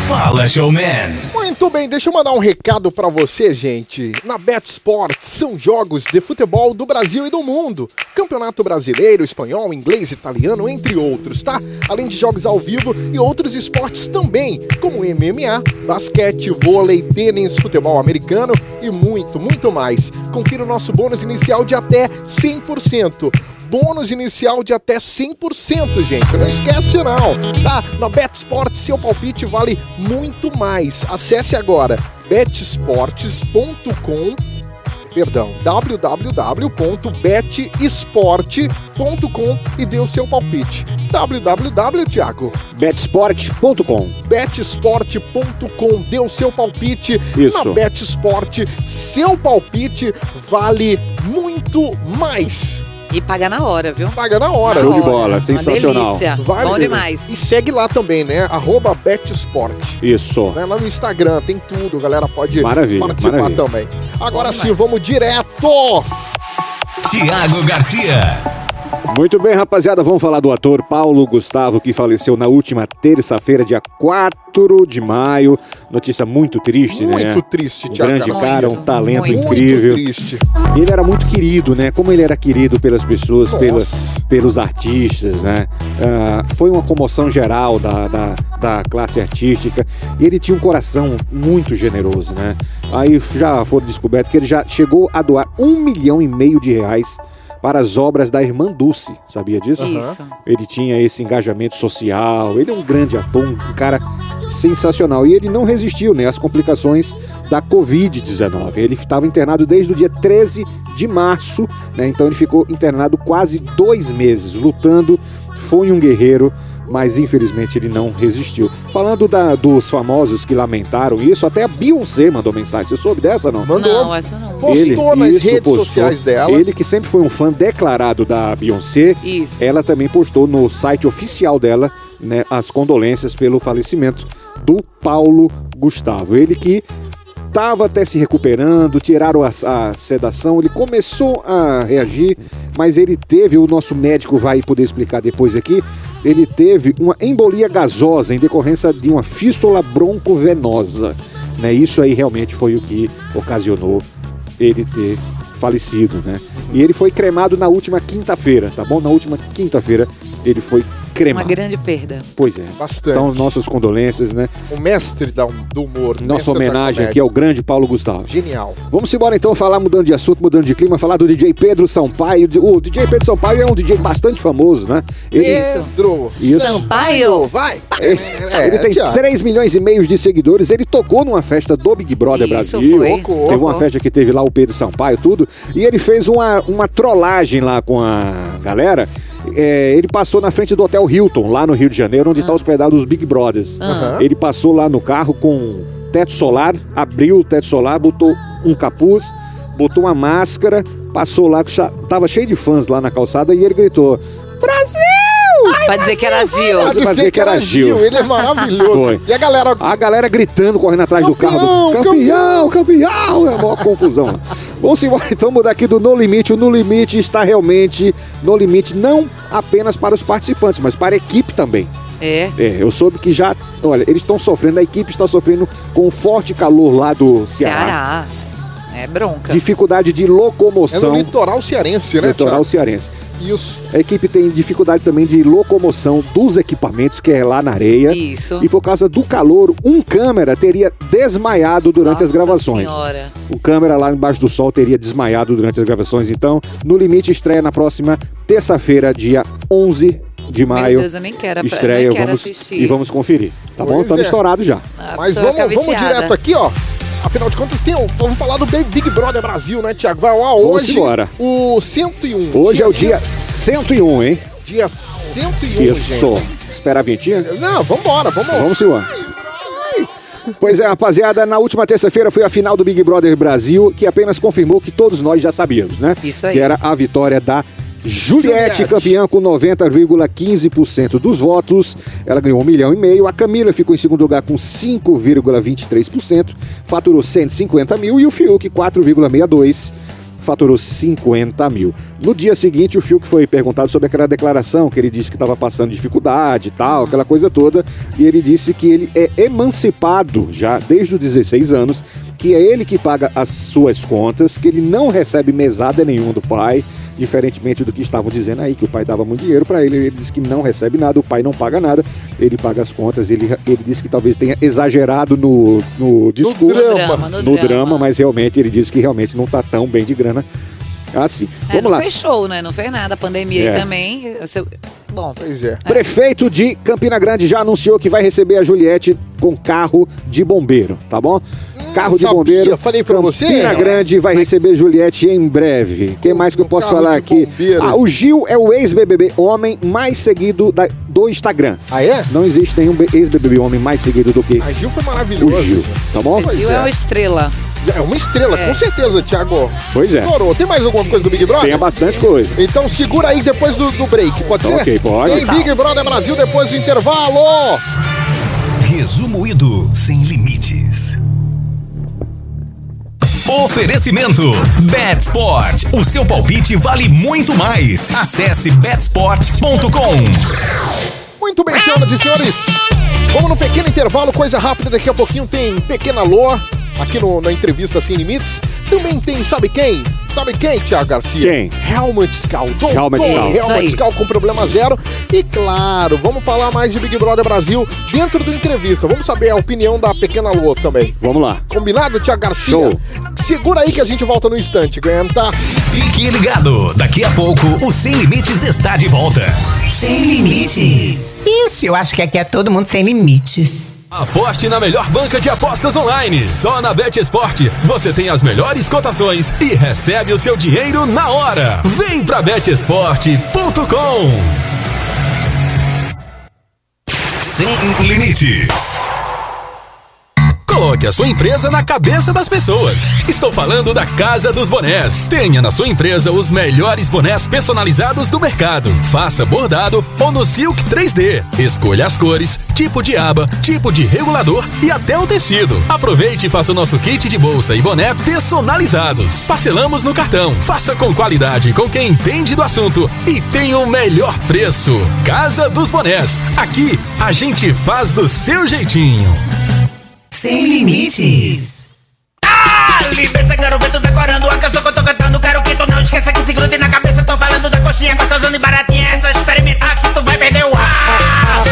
Fala, showman.
Muito bem, deixa eu mandar um recado pra você, gente. Na BetSport são jogos de futebol do Brasil e do mundo. Campeonato brasileiro, espanhol, inglês, italiano, entre outros, tá? Além de jogos ao vivo e outros esportes também, como MMA, basquete, vôlei, tênis, futebol americano e muito, muito mais. Confira o nosso bônus inicial de até 100% bônus inicial de até 100%, gente. Não esquece não, tá? Na BetSport, seu palpite vale muito mais. Acesse agora betsports.com Perdão, www.betesport.com e dê o seu palpite. www, Thiago,
Betsport.com.
betesport.com, dê o seu palpite.
Isso.
Na BetSport, seu palpite vale muito mais.
E pagar na hora, viu?
Paga na hora.
Show de
Olha,
bola,
uma
sensacional.
delícia.
Vale
Tá Bom
mesmo. E
demais.
segue lá também, né? Arroba Betsport.
Isso.
Né? Lá no Instagram tem tudo, galera pode
Maravilha,
participar
maravilha.
também. Agora
Bom
sim,
demais.
vamos direto!
Tiago Garcia.
Muito bem, rapaziada, vamos falar do ator Paulo Gustavo, que faleceu na última terça-feira, dia 4 de maio. Notícia muito triste, né?
Muito triste,
Um
Thiago.
grande
Garcia.
cara, um
Muito,
talento
muito.
incrível.
Muito triste.
E Ele era muito querido, né? Como ele era querido pelas pessoas,
Nossa.
pelas, pelos artistas, né? Ah, foi uma comoção geral da, da, da classe artística. E ele tinha um coração muito generoso, né? Aí já foram descoberto que ele já chegou a doar um milhão e meio de reais para as obras da irmã Dulce. Sabia disso?
Isso.
Ele tinha esse engajamento social, ele é um grande ator, um cara sensacional. E ele não resistiu né, às complicações da Covid-19. Ele estava internado desde o dia 13 de março, né, então ele ficou internado quase dois meses, lutando, foi um guerreiro. Mas infelizmente ele não resistiu. Falando da- dos famosos que lamentaram isso, até a Beyoncé mandou mensagem. Você soube dessa não?
Mandou.
Não, é- essa não.
postou nas
isso,
redes
postou.
sociais dela.
Ele que sempre foi um fã declarado da Beyoncé,
Isso.
ela também postou no site oficial dela né, as condolências pelo falecimento do Paulo Gustavo. Ele que estava até se recuperando, tiraram a, a sedação, ele começou a reagir, mas ele teve, o nosso médico vai poder explicar depois aqui, ele teve uma embolia gasosa em decorrência de uma fístula broncovenosa. Né? Isso aí realmente foi o que ocasionou ele ter falecido, né? E ele foi cremado na última quinta-feira, tá bom? Na última quinta-feira ele foi crema.
Uma grande perda.
Pois é.
Bastante.
Então, nossas condolências, né?
O mestre da, do humor.
Nossa
mestre da
homenagem
comédia.
aqui ao grande Paulo Gustavo.
Genial.
Vamos embora então falar, mudando de assunto, mudando de clima, falar do DJ Pedro Sampaio. O DJ Pedro Sampaio é um DJ bastante famoso, né? Ele,
Pedro.
Isso.
Sampaio.
Vai.
É, ele tem
Thiago.
3 milhões e meio de seguidores. Ele tocou numa festa do Big Brother
Isso,
Brasil.
foi.
Tocou.
Teve uma festa que teve lá o Pedro Sampaio, tudo. E ele fez uma, uma trollagem lá com a galera. É, ele passou na frente do Hotel Hilton, lá no Rio de Janeiro, onde está
Ah.
hospedado os Big Brothers.
Aham.
Ele passou lá no carro com teto solar, abriu o teto solar, botou um capuz, botou uma máscara, passou lá, que cha- tava cheio de fãs lá na calçada e ele gritou: Brasil!
Pra dizer que era Gil.
Brasil!
Pode
Fazer
dizer que era Gil. Ele é maravilhoso.
Foi.
E a galera é
A galera gritando, correndo atrás do carro. Do... Campeão,
Campeão,
campeão! É a maior confusão. lá. Vamos embora então mudar aqui do No Limite. O No Limite está realmente no limite, não apenas para os participantes, mas para a equipe também.
É.
É, eu soube que já. Olha, eles estão sofrendo, a equipe está sofrendo com o forte calor lá do Ceará.
Ceará. É bronca.
Dificuldade de
é no
locomoção.
litoral cearense, né?
Litoral cearense.
Thiago? Isso.
A equipe tem dificuldade também de locomoção dos equipamentos, que é lá na areia.
Isso.
E por causa do calor, um câmera teria desmaiado durante as
Nossa
gravações.
Senhora.
O câmera lá embaixo do sol teria desmaiado durante as gravações. Então, No Limite estreia na próxima terça-feira, dia 11 de
Meu
maio.
Deus, eu nem quero, eu
estreia
nem quero
vamos,
assistir.
e vamos conferir. Tá bom?
Pois
Estamos
é.
estourados já.
A
Mas
pessoa
vamos,
fica
vamos
viciada.
direto aqui, ó. Afinal de contas, tem, o- vamos falar do Big Brother Brasil, né, Thiago? Vai lá
Vamos
hoje.
embora.
O 101.
Hoje é o dia 101, hein?
Dia 101,
Isso.
gente.
Esperar a ventinha?
Não, vambora, vamos.
Vamos embora. Pois é, rapaziada, na última terça-feira foi a final do Big Brother Brasil, que apenas confirmou que todos nós já sabíamos, né?
Isso aí.
Que era a vitória da Juliette,
Juliette.
campeã com 90,15% dos votos. Ela ganhou um milhão e meio. A Camila ficou em segundo lugar com 5,23%, faturou 150 mil. E o Fiuk, 4,62%. Faturou 50 mil. No dia seguinte, o Fiuk foi perguntado sobre aquela declaração que ele disse que estava passando dificuldade e tal, aquela coisa toda. E ele disse que ele é emancipado já desde os 16 anos, que é ele que paga as suas contas, que ele não recebe mesada nenhuma do pai, diferentemente do que estavam dizendo aí, que o pai dava muito dinheiro para ele, ele disse que não recebe nada, o pai não paga nada, ele paga as contas, ele, ele disse que talvez tenha exagerado no, no discurso,
drama, no
no drama,
drama.
mas realmente ele disse que realmente não tá tão bem de grana assim.
É,
Vamos
não
lá.
fez show, né? Não fez nada. A pandemia
É.
aí também. Eu sei- Bom,
Pois é.
Prefeito de Campina Grande já anunciou que vai receber a Juliette com carro de bombeiro, tá bom? Carro de
Hum, sabia,
bombeiro.
falei pra você. né?
Campina Grande vai receber Juliette em breve. Quem mais que eu
Um
posso
carro
falar
de
aqui?
bombeiro.
Ah, o Gil é o ex-BBB homem mais seguido da- do Instagram.
Ah, é?
Não existe nenhum be- ex-BBB homem mais seguido do que
A Gil foi
o
maravilhosa.
Gil, tá bom?
o Gil é.
é.
uma estrela.
É uma estrela,
É.
com certeza, Thiago.
Pois é.
Estourou. Tem mais alguma coisa do Big Brother?
Tem bastante coisa.
Então segura aí depois do, do break, pode ser?
Ok, pode.
Tem Big Brother Brasil depois do intervalo.
Resumo Ido Sem Limites. Oferecimento Betsport. O seu palpite vale muito mais. Acesse betsport.com.
Muito bem, senhoras e senhores. Vamos num pequeno intervalo, coisa rápida. Daqui a pouquinho tem Pequena Ló, aqui no- na entrevista Sem Limites. Também tem, sabe quem? Sabe quem, Thiago Garcia?
Quem?
Helmut Scal. Doutor
Helmut Scal.
Isso
Helmut
aí.
Scal com problema zero. E claro, vamos falar mais de Big Brother Brasil dentro da entrevista. Vamos saber a opinião da Pequena Lô também.
Vamos lá.
Combinado, Thiago Garcia?
Show.
Segura aí que a gente volta no instante, aguenta.
Fique ligado. Daqui a pouco o Sem Limites está de volta. Sem Limites.
Isso, eu acho que aqui é todo mundo sem limites.
Aposte na melhor banca de apostas online. Só na Bet Esporte você tem as melhores cotações e recebe o seu dinheiro na hora. Vem pra betesporte.com.
Sem Limites.
Coloque a sua empresa na cabeça das pessoas. Estou falando da Casa dos Bonés. Tenha na sua empresa os melhores bonés personalizados do mercado. Faça bordado ou no Silk 3D. Escolha as cores, tipo de aba, tipo de regulador e até o tecido. Aproveite e faça o nosso kit de bolsa e boné personalizados. Parcelamos no cartão. Faça com qualidade, com quem entende do assunto e tenha o melhor preço. Casa dos Bonés. Aqui a gente faz do seu jeitinho.
Sem Limites.
Limpeza, quero ver tu decorando a canção que eu tô cantando Quero que tu não esqueça que se grude na cabeça Tô falando da coxinha gostosa e baratinha É só experimentar que tu vai perder o ar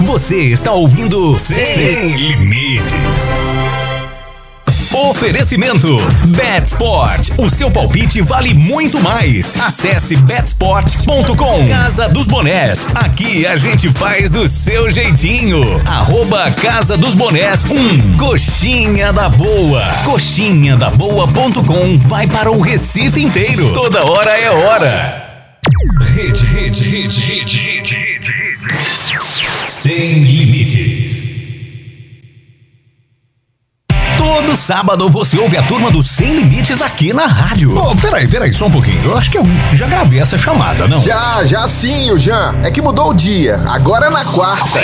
Você está ouvindo Sem, Limites. Oferecimento Betsport. O seu palpite vale muito mais. Acesse betsport.com. Casa dos Bonés. Aqui a gente faz do seu jeitinho. Arroba Casa dos Bonés 1. Coxinha da Boa. Coxinha da Boa.com vai para o Recife inteiro. Toda hora é hora. Rede, rede, rede, rede, rede, rede, rede. Sem limites. Todo sábado você ouve a turma do Sem Limites aqui na rádio. Oh, peraí, peraí, só um pouquinho. Eu acho que eu já gravei essa chamada, não?
Já, já sim, o Jean. É que mudou o dia. Agora é na quarta.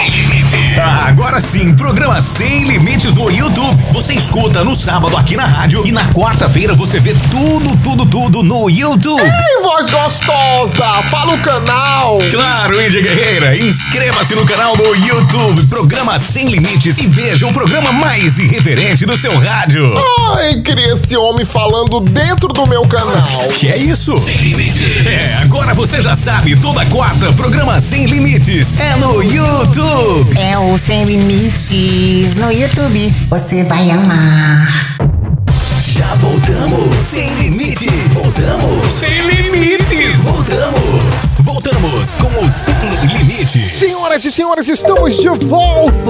Ah, agora sim, programa Sem Limites no YouTube. Você escuta no sábado aqui na rádio e na quarta-feira você vê tudo, tudo, tudo no YouTube.
Ei, voz gostosa! Fala o canal!
Claro, Índia Guerreira, inscreva-se no canal do YouTube, programa Sem Limites e veja o programa mais irreverente do seu rádio.
Ai, queria esse homem falando dentro do meu canal.
Que é isso? Sem Limites. É, agora você já sabe, toda quarta, programa Sem Limites é no YouTube.
É o Sem Limites no YouTube. Você vai amar.
Já voltamos, Sem Limite, voltamos. Sem Limite, voltamos. Voltamos com o Sem Limites.
Senhoras e senhores, estamos de volta!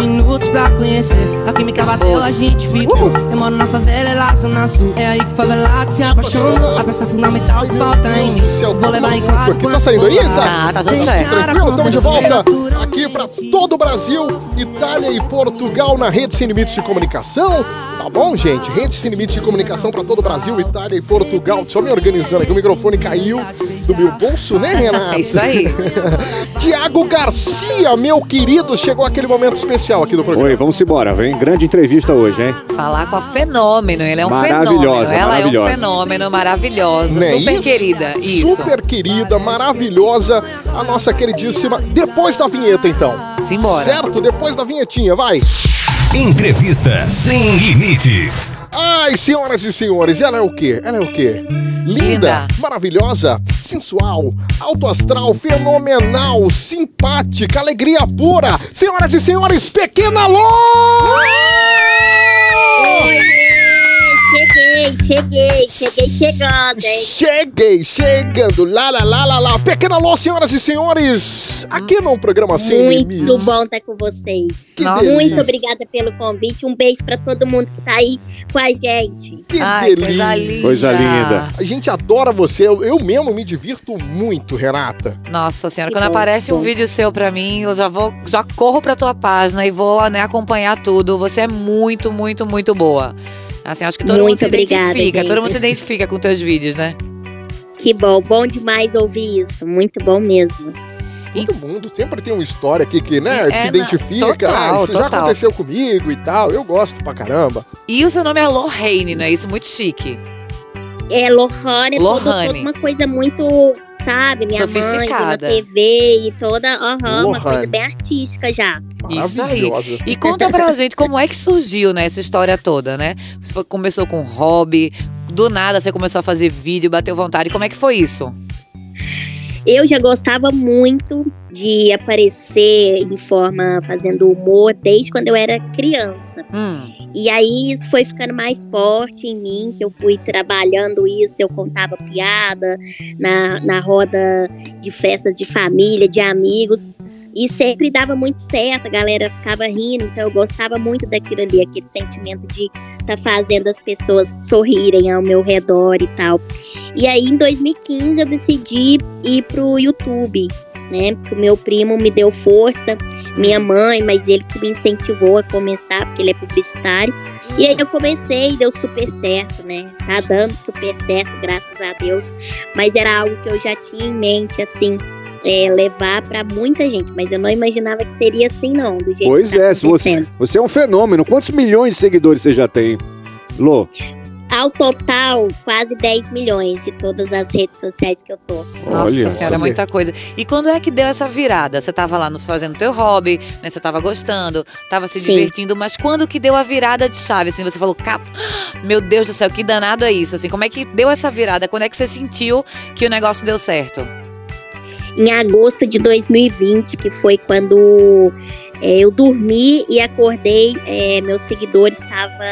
minutos pra conhecer A química bateu, a gente ficou Eu moro na favela, ela zona sul É aí que favelado se apaixonou A peça fundamental que falta em mim Eu Vou levar em quadro
Aqui tá saindo aí?
Tá, tá tudo certo.
Tranquilo, estamos de volta tá aqui pra todo o Brasil, Itália e Portugal na Rede Sem Limites de Comunicação. Tá bom, gente? Rede Sem Limites de Comunicação pra todo o Brasil, Itália e Portugal. Só me organizando aqui, o microfone caiu do meu bolso, né, Renato?
É isso aí.
Tiago Garcia, meu querido, chegou aquele momento especial aqui do programa.
Oi, vamos embora, vem. Grande entrevista hoje, hein?
Falar com a Fenômeno, ele é um fenômeno.
Maravilhosa,
Ela é um
maravilhosa.
fenômeno maravilhosa,
é
Né,
super
isso?
querida. Isso.
Super querida, maravilhosa, a nossa queridíssima. Depois da vinheta, então.
Simbora.
Certo? Depois da vinhetinha, vai.
Entrevista Sem Limites.
Ai, senhoras e senhores, ela é o quê? Ela é o quê? Linda,
Linda.
maravilhosa, sensual, alto astral, fenomenal, simpática, alegria pura. Senhoras e senhores, Pequena Lô!
Cheguei, cheguei, cheguei chegando, hein?
Cheguei, chegando, lá, lá, lá, lá, lá. Pequena Lô, senhoras e senhores, aqui no programa Sem
Muito
Limites.
bom estar com vocês.
Que
Nossa.
delícia.
Muito obrigada pelo convite. Um beijo pra todo mundo que tá aí com a gente.
Que
Ai,
delícia.
coisa linda.
Coisa linda.
A gente adora você, eu, eu mesmo me divirto muito, Renata.
Nossa senhora,
Que
quando
bom,
aparece
que
um
bom.
vídeo seu pra mim, eu já vou, já corro pra tua página e vou né, acompanhar tudo. Você é muito, muito, muito boa. Assim, acho que todo
Muito
mundo se
obrigada,
identifica, todo
gente.
mundo se identifica com teus vídeos, né?
Que bom, bom demais ouvir isso. Muito bom mesmo.
Todo mundo sempre tem uma história aqui que, né, se
É, na-
identifica.
total,
ah, isso já
total.
aconteceu comigo e tal. Eu gosto pra caramba.
E o seu nome é Lorraine, não é isso? Muito chique.
É, Lohane, tudo-
Lohane.
toda uma coisa muito, sabe, minha mãe, na
Sofisticada.
TV e toda, aham, uma
Lohane.
coisa bem artística já.
Isso aí.
Maravilhosa.
E conta pra gente como é que surgiu né, essa história toda, né? Você foi- começou com hobby, do nada você começou a fazer vídeo, bateu vontade. Como é que foi isso?
Eu já gostava muito de aparecer em forma fazendo humor desde quando eu era criança.
Hum,
E aí isso foi ficando mais forte em mim, que eu fui trabalhando isso, eu contava piada na, na roda de festas de família, de amigos. E sempre dava muito certo, a galera ficava rindo, então eu gostava muito daquilo ali, aquele sentimento de tá fazendo as pessoas sorrirem ao meu redor e tal. E aí em 2015 eu decidi ir pro YouTube, né? Porque o meu primo me deu força, minha mãe, mas ele que me incentivou a começar, porque ele é publicitário. E aí eu comecei e deu super certo, né? Tá dando super certo, graças a Deus. Mas era algo que eu já tinha em mente, assim, é, levar pra muita gente. Mas eu não imaginava que seria assim, não, do jeito
Pois
que tá
é, se você-
acontecendo.
Você é um fenômeno. Quantos milhões de seguidores você já tem? Lô,
Ao total, quase 10 milhões de todas as redes sociais que eu tô.
nossa
olha.
senhora,
só.
muita coisa. E quando é que deu essa virada? Você tava lá no- fazendo teu hobby, né? Você tava gostando, tava se
Sim.
divertindo, mas quando que deu a virada de chave? Assim, você falou, cap, meu Deus do céu, que danado é isso? Assim, como é que deu essa virada? Quando é que você sentiu que o negócio deu certo?
em agosto de 2020, que foi quando é, eu dormi e acordei, é, meus seguidores estava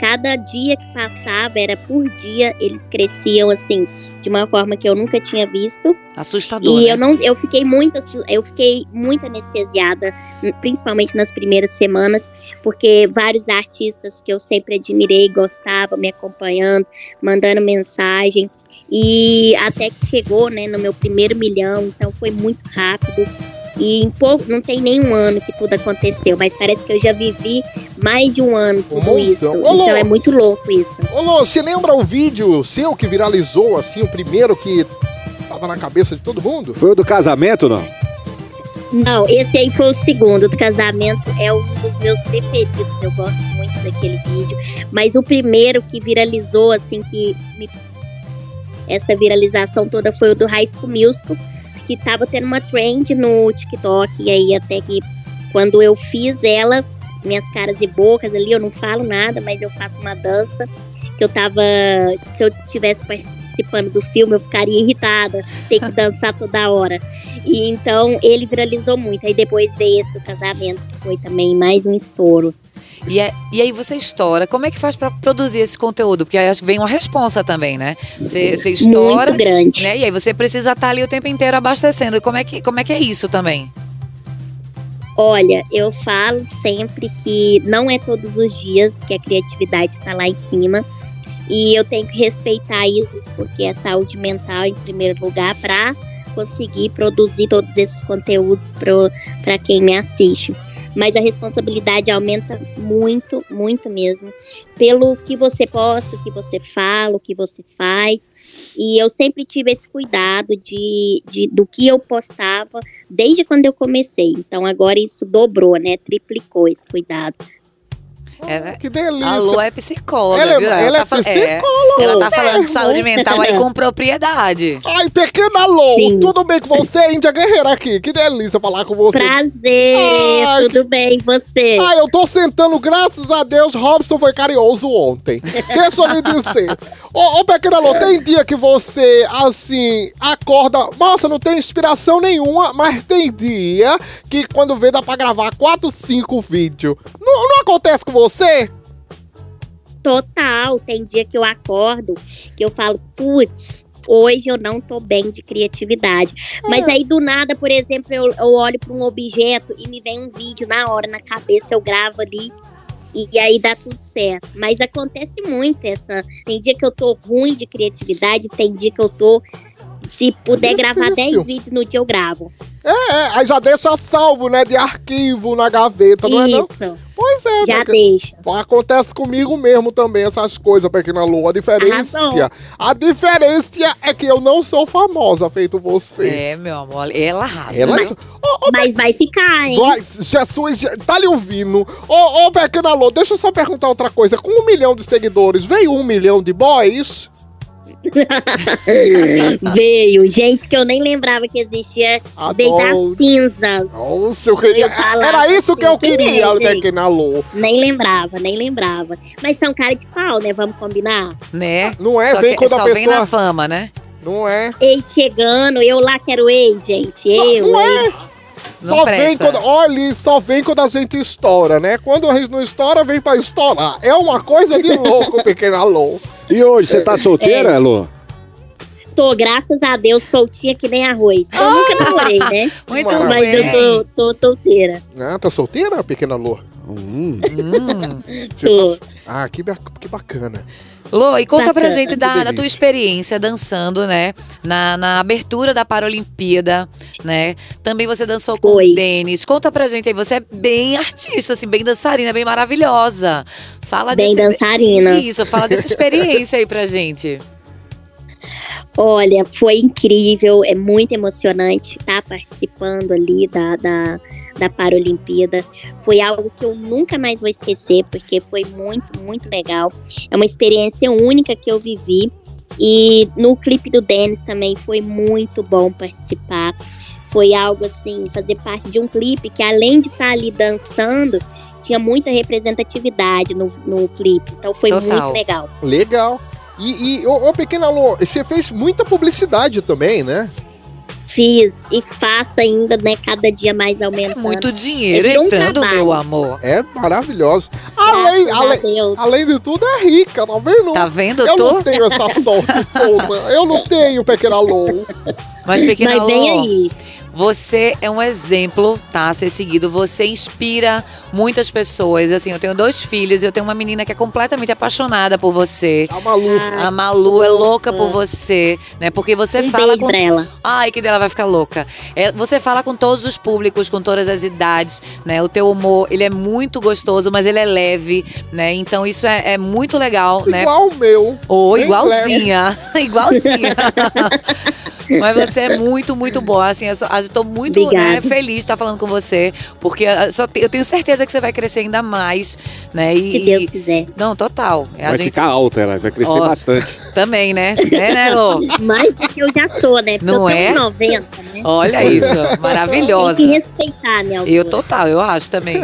cada dia que passava era por dia eles cresciam assim de uma forma que eu nunca tinha visto
Assustador.
e
né?
eu não eu fiquei muito assu- eu fiquei muito anestesiada n- principalmente nas primeiras semanas porque vários artistas que eu sempre admirei gostava me acompanhando mandando mensagem e até que chegou né no meu primeiro milhão então foi muito rápido e em pouco não tem nem um ano que tudo aconteceu mas parece que eu já vivi mais de um ano tudo
montão.
isso
Ô,
então é
louco.
muito louco isso
Ô, Lô, você lembra o vídeo seu que viralizou, assim, o primeiro que tava na cabeça de todo mundo?
Foi o do casamento, não?
Não, esse aí foi o segundo. O do casamento é um dos meus preferidos. Eu gosto muito daquele vídeo. Mas o primeiro que viralizou, assim, que me- essa viralização toda foi o do High School Musical, que tava tendo uma trend no TikTok. E aí, até que quando eu fiz ela, minhas caras e bocas ali, eu não falo nada, mas eu faço uma dança. Que eu tava. Se eu tivesse participando do filme, eu ficaria irritada, ter que dançar toda hora. E então ele viralizou muito. Aí depois veio esse do casamento, que foi também mais um estouro.
E, é- e aí você estoura. Como é que faz pra produzir esse conteúdo? Porque aí acho que vem uma responsa também, né? Você, você estoura.
Muito grande.
Né? E aí você precisa estar ali o tempo inteiro abastecendo. Como é que, como é, que é isso também?
Olha, eu falo sempre que não é todos os dias que a criatividade tá lá em cima. E eu tenho que respeitar isso, porque é saúde mental em primeiro lugar, para conseguir produzir todos esses conteúdos para quem me assiste. Mas a responsabilidade aumenta muito, muito mesmo, pelo que você posta, o que você fala, o que você faz. E eu sempre tive esse cuidado de, de- do que eu postava desde quando eu comecei. Então agora isso dobrou, né? Triplicou esse cuidado.
que delícia!
A Lô né? é psicóloga,
Ela é-
viu? tá
ela é
fa-
psicóloga.
ela tá falando
É.
de saúde mental aí com propriedade.
Ai, pequena Lô,
Sim.
tudo bem com você, Índia Guerreira aqui? Que delícia falar com você.
Prazer, É tudo bem, você?
Ai, eu tô sentando, graças a Deus, Robson foi carinhoso ontem. Deixa eu lhe dizer. Ô, ô, pequena Lô, tem dia que você, assim, acorda, nossa, não tem inspiração nenhuma, mas tem dia que quando vê dá pra gravar 4, 5 vídeos. Não, não acontece com você?
Total, tem dia que eu acordo que eu falo, putz, hoje eu não tô bem de criatividade. Mas aí do nada, por exemplo, eu, eu olho para um objeto e me vem um vídeo na hora, na cabeça, eu gravo ali. E, e aí dá tudo certo. Mas acontece muito essa. Tem dia que eu tô ruim de criatividade, tem dia que eu tô. Se puder gravar 10 vídeos no dia, eu gravo.
É, é, aí já deixa salvo, né, de arquivo na gaveta, não
Isso.
é não? Pois é.
Já
porque-
deixa.
Acontece comigo mesmo também essas coisas, pequena Lua. A diferença...
Arrasou.
A diferença é que eu não sou famosa, feito você.
É, meu amor, ela arrasa.
Ela- é
Mas-
Mas vai ficar, hein?
Vai, Jesus, tá lhe ouvindo. Ô, ô, Pequena Lô, deixa eu só perguntar outra coisa. Com um milhão de seguidores, veio um milhão de boys?
Veio, gente que eu nem lembrava que existia desde
Adoro.
as cinzas.
Nossa, eu queria.
falava
Era isso que
assim,
eu queria,
é, gente?
Pequena Lô.
Nem lembrava, nem lembrava. Mas são cara de pau, né? Vamos combinar?
Né?
Não é,
só
vem
que-
quando a
só vem
pessoa-
na fama, né?
Não é?
Ex chegando, eu lá quero ex, gente. Eu,
não é.
ex.
só vem quando. Olha, só vem quando a gente estoura, né? Quando a gente não estoura, vem pra estourar. É uma coisa de louco, Pequena Lô.
E hoje, você tá solteira,
É.
Lô? é.
Tô, graças a Deus, soltinha que nem arroz. Eu nunca
Ah!
namorei, né?
Muito
Mas eu
bem.
tô, tô solteira.
Ah, tá solteira, Pequena Lô?
Hum,
Você
Tô.
tá- Ah, que, ba- que bacana.
Lô, e conta pra
Bacana.
gente
Que
da, da
delícia.
tua experiência dançando, né? Na, na abertura da Paralimpíada, né? Também você dançou com o Denis. Conta pra gente aí, você é bem artista, assim, bem dançarina, bem maravilhosa. Fala
Bem
desse-
dançarina.
Isso, fala dessa experiência aí pra gente.
Olha, foi incrível, é muito emocionante estar participando ali da, da, da Paralimpíada. Foi algo que eu nunca mais vou esquecer, porque foi muito, muito legal. É uma experiência única que eu vivi. E no clipe do Dennis também foi muito bom participar. Foi algo assim, fazer parte de um clipe que além de estar ali dançando, tinha muita representatividade no, no clipe. Então foi muito legal.
Legal. E, e ô, ô, Pequena Lô, você fez muita publicidade também, né?
fiz e faço ainda, né? Cada dia mais aumentando.
Muito dinheiro
É de um
entrando,
trabalho.
meu amor.
É maravilhoso. Além,
Graças a
além,
Deus.
além de tudo, é rica, tá vendo?
Tá vendo?
Eu
Tô.
não tenho essa sorte toda. Eu não tenho, pequena Lou.
Mas, pequena
Mas vem
Lô,
aí.
Você é um exemplo, tá? A ser seguido. Você inspira muitas pessoas. Assim, eu tenho dois filhos e eu tenho uma menina que é completamente apaixonada por você.
A Malu.
A Malu é louca por você, né? Porque você
Um
fala
beijo
com
pra ela.
Ai, que dela vai ficar louca. É, você fala com todos os públicos, com todas as idades, né? O teu humor, ele é muito gostoso, mas ele é leve, né? Então isso é, é muito legal, né?
Igual o meu.
Ou
Bem
igualzinha. igualzinha. Mas você é muito, muito boa. Assim, eu, só, eu tô muito
Obrigada.
né, feliz de estar falando com você. Porque ah, só te- eu tenho certeza que você vai crescer ainda mais, né? E,
Se Deus quiser.
Não, total. é A
Vai
gente
ficar alta, ela vai crescer
Ó.
bastante.
também, né? É, né, Lô?
Mais do que eu já sou, né? Porque
Não
eu tenho
é?
90, né? Então
Olha isso.
Tem que
Maravilhosa.
respeitar, né, minha
Eu
altura.
total, eu acho também.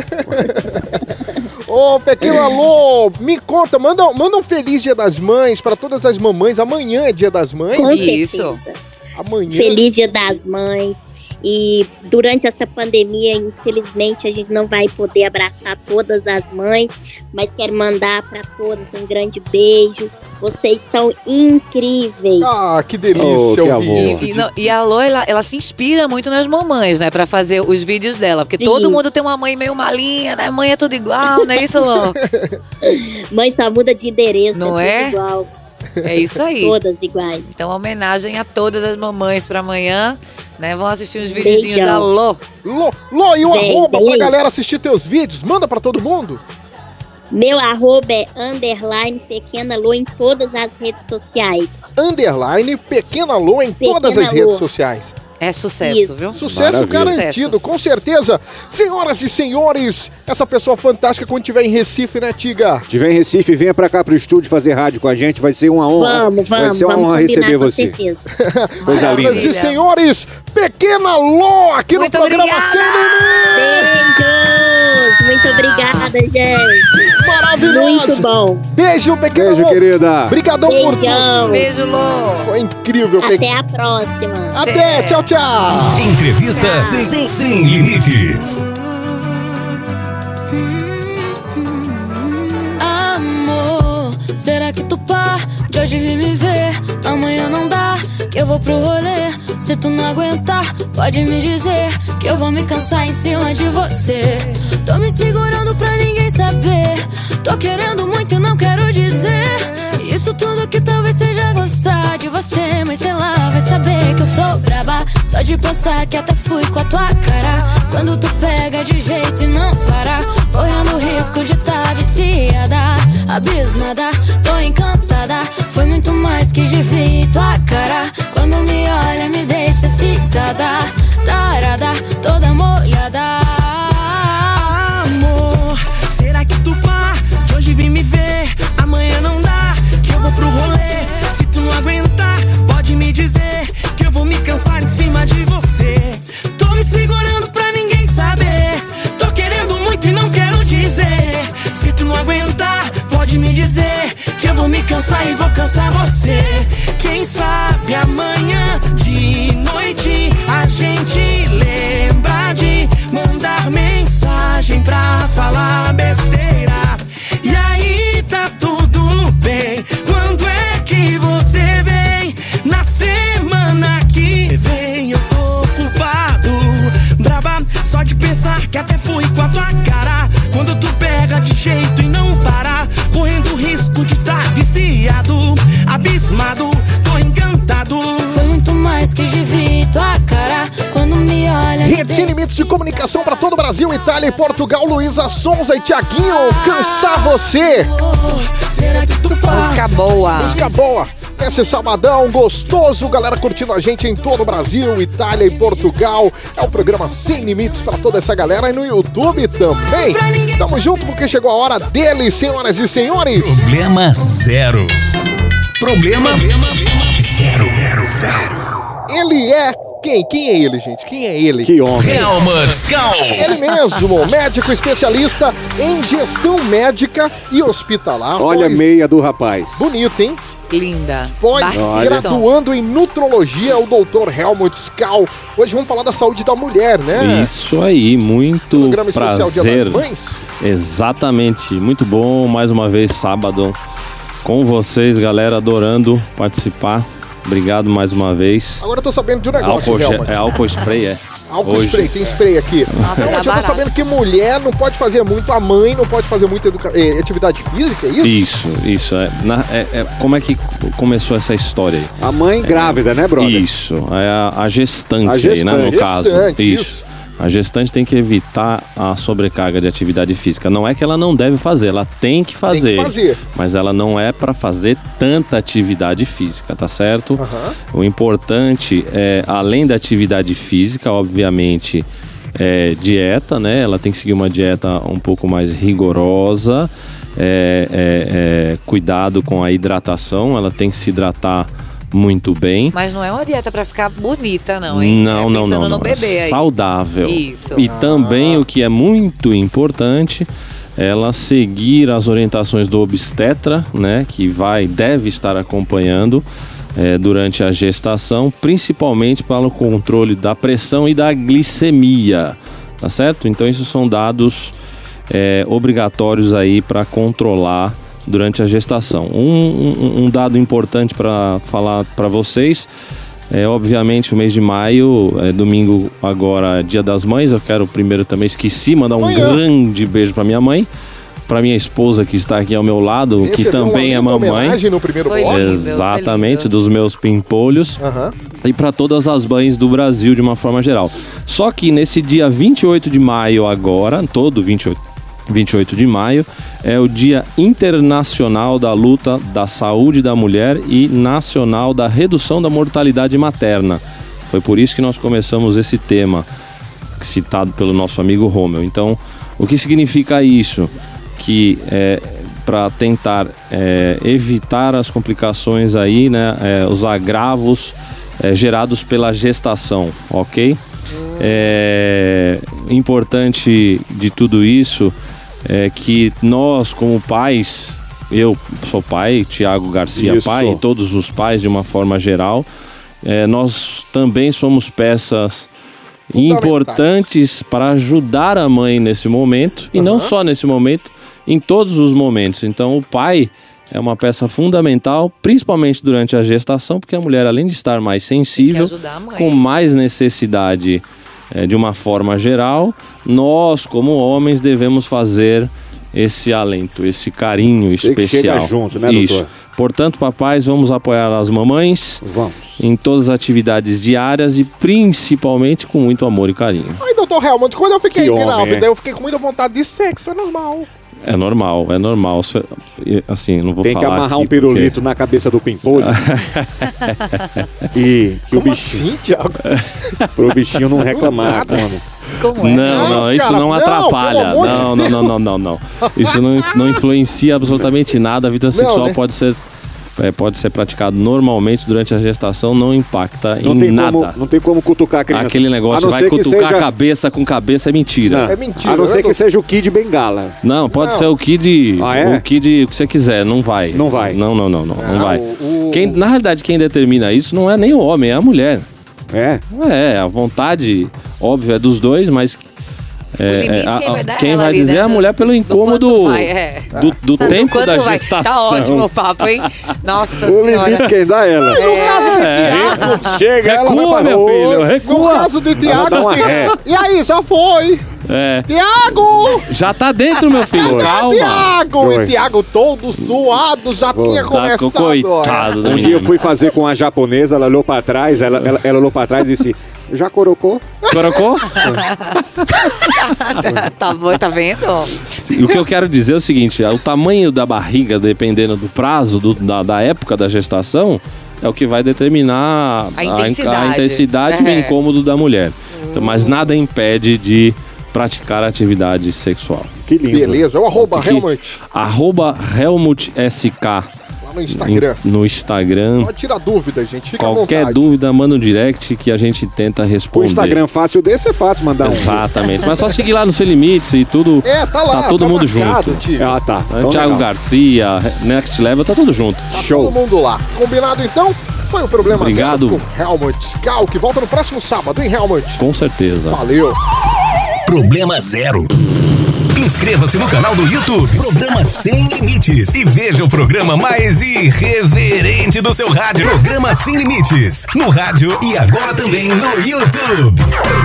Ô, pequena Lou, me conta, manda, manda um feliz Dia das Mães pra todas as mamães. Amanhã é Dia das Mães?
Com
Isso.
certeza.
Amanhã.
Feliz Dia das Mães. E durante essa pandemia, infelizmente, a gente não vai poder abraçar todas as mães, mas quero mandar para todas um grande beijo. Vocês são incríveis.
Ah, que delícia
Oh, que amor.
ouvir isso.
E, e não- e a Lô, ela, ela se inspira muito nas mamães, né? Pra fazer os vídeos dela. Porque todo
Sim.
mundo tem uma mãe meio malinha, né? Mãe é tudo igual, não é isso, Lô?
Mãe só muda de endereço,
Não
tudo
é?
igual,
É isso aí.
todas iguais.
Então, uma homenagem a todas as mamães pra amanhã, né? Vão assistir os videozinhos
Beijão.
da Lô.
Lô, Lô, e o
Bem,
arroba
bem.
pra galera assistir teus vídeos? Manda pra todo mundo?
Meu arroba é underline pequena lua em todas as redes sociais.
Underline, pequena Lô em todas as
Pequena
redes
Lô.
sociais.
É sucesso,
Isso.
viu?
Sucesso
Maravilha.
garantido, com certeza. Senhoras e senhores, essa pessoa fantástica quando estiver em Recife, né, Tiga?
Tiver em Recife, venha pra cá pro estúdio fazer rádio com a gente, vai ser uma honra.
Vamos, vamos,
vai ser uma
vamos
honra
combinar,
receber
com
você.
certeza.
Coisa
Maravilha.
linda.
Senhoras e senhores, Pequena Lô aqui
Muito
no programa
obrigada!
Sem
Beijos! Muito obrigada, gente.
Limite.
Muito
Maravilhosa.
bom.
Beijo, Pequena
Beijo,
Lô.
querida.
Obrigadão por
Beijão.
Beijo, Lô.
Foi incrível, Pequena.
Até a próxima.
Até, tchau, tchau.
Entrevista sem, sem, limites.
Amor, será que tu pá? De hoje vim me ver, amanhã não dá, que eu vou pro rolê. Se tu não aguentar, pode me dizer que eu vou me cansar em cima de você. Tô me segurando pra ninguém saber. Tô querendo muito e não quero dizer. Isso tudo que talvez seja gostar de você, mas sei lá, vai saber que eu sou braba. Só de pensar que até fui com a tua cara. Quando tu pega de jeito e não para, correndo o risco de tá viciada, abismada. Tô encantada, foi muito mais que devia tua cara. Quando me olha, me deixa excitada, tarada, toda molhada.
Amor, será que tu pá? De hoje vim me ver, amanhã não dá, que eu vou pro rolê. Se tu não aguentar, pode me dizer que eu vou me cansar em cima de você. Tô me segurando pra ninguém saber. Tô querendo muito e não quero dizer. Se tu não aguentar, pode me dizer que eu vou me cansar e vou cansar você. Quem sabe amanhã de noite a gente lembra de mandar mensagem pra falar besteira. E aí tá tudo bem. Quando é que você vem? Na semana que vem eu tô ocupado. Braba, só de pensar que até fui com a tua cara. Quando tu pega de jeito e não para, correndo risco de tá viciado, abismado, tô encantado.
Foi muito mais que devia tua cara. Quando me olha, me
Redes sem limites de comunicação para todo o Brasil, Itália e Portugal. Luísa Souza e Tiaguinho, cansar você.
Amor, será que tu pode?
Música boa.
Música boa. Esse sabadão gostoso, galera curtindo a gente em todo o Brasil, Itália e Portugal. É o programa Sem Limites para toda essa galera e no YouTube também. Tamo junto porque chegou a hora dele, senhoras e senhores.
Problema zero. Problema, zero.
Ele é quem? Quem é ele, gente? Quem é ele?
Que honra.
Real Cal.
Ele mesmo, médico especialista em gestão médica e hospitalar.
Olha a
Pois-
meia do rapaz.
Bonito, hein?
Linda. Bacilzão.
Pós-graduando em nutrologia, o doutor Helmut Skal. Hoje vamos falar da saúde da mulher, né?
Isso aí, muito
Programa especial Dia
prazer.
das Mães.
Exatamente, muito bom. Mais uma vez, sábado com vocês, galera, adorando participar. Obrigado mais uma vez.
Agora eu tô sabendo de um negócio,
álcool,
Helmut.
ge- é álcool spray, é.
Álcool
Hoje.
spray, tem spray aqui.
Nossa,
Helmut,
tá
eu tô
barato.
sabendo que mulher não pode fazer muito, a mãe não pode fazer muita educa- eh, atividade física, é isso?
Isso, isso. É. Na- é- é- como é que começou essa história aí?
A mãe grávida, né, brother?
Isso, é a, a gestante,
A
aí, né, no
gestante.
caso.
Gestante,
isso.
isso.
A gestante tem que evitar a sobrecarga de atividade física. Não é que ela não deve fazer, ela tem que fazer.
fazer.
Mas ela não é para fazer tanta atividade física, tá certo? O importante é, além da atividade física, obviamente, é, dieta, né? Ela tem que seguir uma dieta um pouco mais rigorosa. é, é, é, cuidado com a hidratação, ela tem que se hidratar muito bem.
Mas não é uma dieta pra ficar bonita, não, hein?
Não,
é
não,
pensando no
não. não. É
bebê aí.
saudável.
Isso.
E também o que é muito importante, ela seguir as orientações do obstetra, né, que vai deve estar acompanhando eh, durante a gestação, principalmente para o controle da pressão e da glicemia, tá certo? Então isso são dados eh, obrigatórios aí para controlar durante a gestação. Um, um- um dado importante para falar para vocês é, obviamente, o mês de maio, é, domingo agora, dia das mães. Eu quero primeiro também, esqueci, mandar um grande beijo pra minha mãe, pra minha esposa que está aqui ao meu lado, que
Recebeu
também
uma
é
linda
mamãe.
um homenagem no primeiro Foi bloco. lindo, foi
Exatamente, dos meus pimpolhos.
Aham.
E para todas as mães do Brasil de uma forma geral. Só que nesse dia 28 de maio agora, todo 28, 28 de maio, é o Dia Internacional da Luta da Saúde da Mulher e Nacional da Redução da Mortalidade Materna. Foi por isso que nós começamos esse tema citado pelo nosso amigo Romeu. Então, o que significa isso? Que para tentar é, evitar as complicações aí, né, é, os agravos é, gerados pela gestação, ok? É, importante de tudo isso é que nós, como pais, eu sou pai, Tiago Garcia
Isso.
pai, todos os pais de uma forma geral, é, nós também somos peças importantes para ajudar a mãe nesse momento e não só nesse momento, em todos os momentos. Então o pai é uma peça fundamental, principalmente durante a gestação, porque a mulher além de estar mais sensível,
ajudar a mãe.
é
com mais necessidade eh, de uma forma geral, nós como homens devemos fazer esse alento, esse carinho
Tem que
especial.
chegar junto, né,
Isso.
doutor?
Portanto, papais, vamos apoiar as mamães
vamos.
em todas as atividades diárias e principalmente com muito amor e carinho.
Ai, doutor Helmut, quando eu fiquei
Que homem,
grávida,
hein?
eu fiquei com muita vontade de sexo, é normal.
É normal, é normal. Isso é- Assim, não vou
Tem que
falar
amarrar
aqui
um pirulito
porque-
na cabeça do pimpolho. e que o bichinho.
Sim, Tiago.
Pro bichinho não reclamar, mano.
Como é?
Não, não, isso
cara,
não
não,
atrapalha.
pelo amor de
Não, não, não, não, não, não. Isso não, não influencia absolutamente nada. A vida sexual
né?
pode ser é, pode ser praticado normalmente durante a gestação, não impacta
Não
em
tem,
nada.
como, não tem como cutucar a criança.
Aquele
A
negócio
não
vai
ser que
cutucar
seja-
cabeça com cabeça é mentira.
Não. A não ser que seja o Kid Bengala.
Não, pode
Não.
ser o Kid.
é? Ah,
O Kid, o que você quiser, não vai. Não vai. Não, não, não, não, não vai. Quem, na realidade, quem determina isso não é nem o homem, é a mulher.
É?
É, a vontade, óbvio, é dos dois, mas. é,
limite,
é, a-
quem
a-
vai dar é
quem
ela
vai
ali,
dizer
né,
é a
do-
mulher pelo incômodo
vai, é.
do, do
Tá,
tempo
quanto
da
vai?
gestação.
Tá ótimo o papo, hein? Nossa senhora.
dá ela.
É.
Chega, ela vai
Recua,
pra
meu
rua.
filho, recua.
No caso do
Ela dá
Tiago,
uma
fica-
ré.
e aí, já foi.
É.
Tiago!
Já tá dentro, meu filho,
Tá
calma.
Tiago! E
Oi.
Tiago todo suado, já tinha
tá
começado. olha.
Um dia eu fui fazer com a japonesa, ela olhou pra trás, ela, ela, ela olhou pra trás e disse, já corocou?
Corocou?
tá bom, tá vendo?
O que eu quero dizer é o seguinte: o tamanho da barriga, dependendo do prazo, do- da, da época da gestação, é o que vai determinar
A
in-
intensidade.
a intensidade e
É. Hum.
o incômodo da mulher. Então, mas nada impede de praticar atividade sexual.
Que lindo.
Beleza, é o arroba
Helmut. Arroba Helmut SK.
no Instagram.
Em- no Instagram.
Pode tirar dúvidas, gente. Fica à
Qualquer
vontade.
dúvida, manda um direct que a gente tenta responder.
O Instagram fácil desse é fácil mandar um.
Exatamente. Mas só seguir lá no Sem Limites e tudo.
É, tá lá,
todo
tá
mundo
marcado,
junto.
tio.
Ah, tá.
Thiago
Então, legal.
Garcia, Next Level, tá tudo junto.
Todo mundo lá. Combinado então? Foi o problema
Obrigado.
zero com Helmut Skal, que volta no próximo sábado, hein, Helmut?
Com certeza.
Valeu.
Ah.
Problema zero. Inscreva-se no canal do YouTube Programa Sem Limites e veja o programa mais irreverente do seu rádio. Programa Sem Limites no rádio e agora também no YouTube.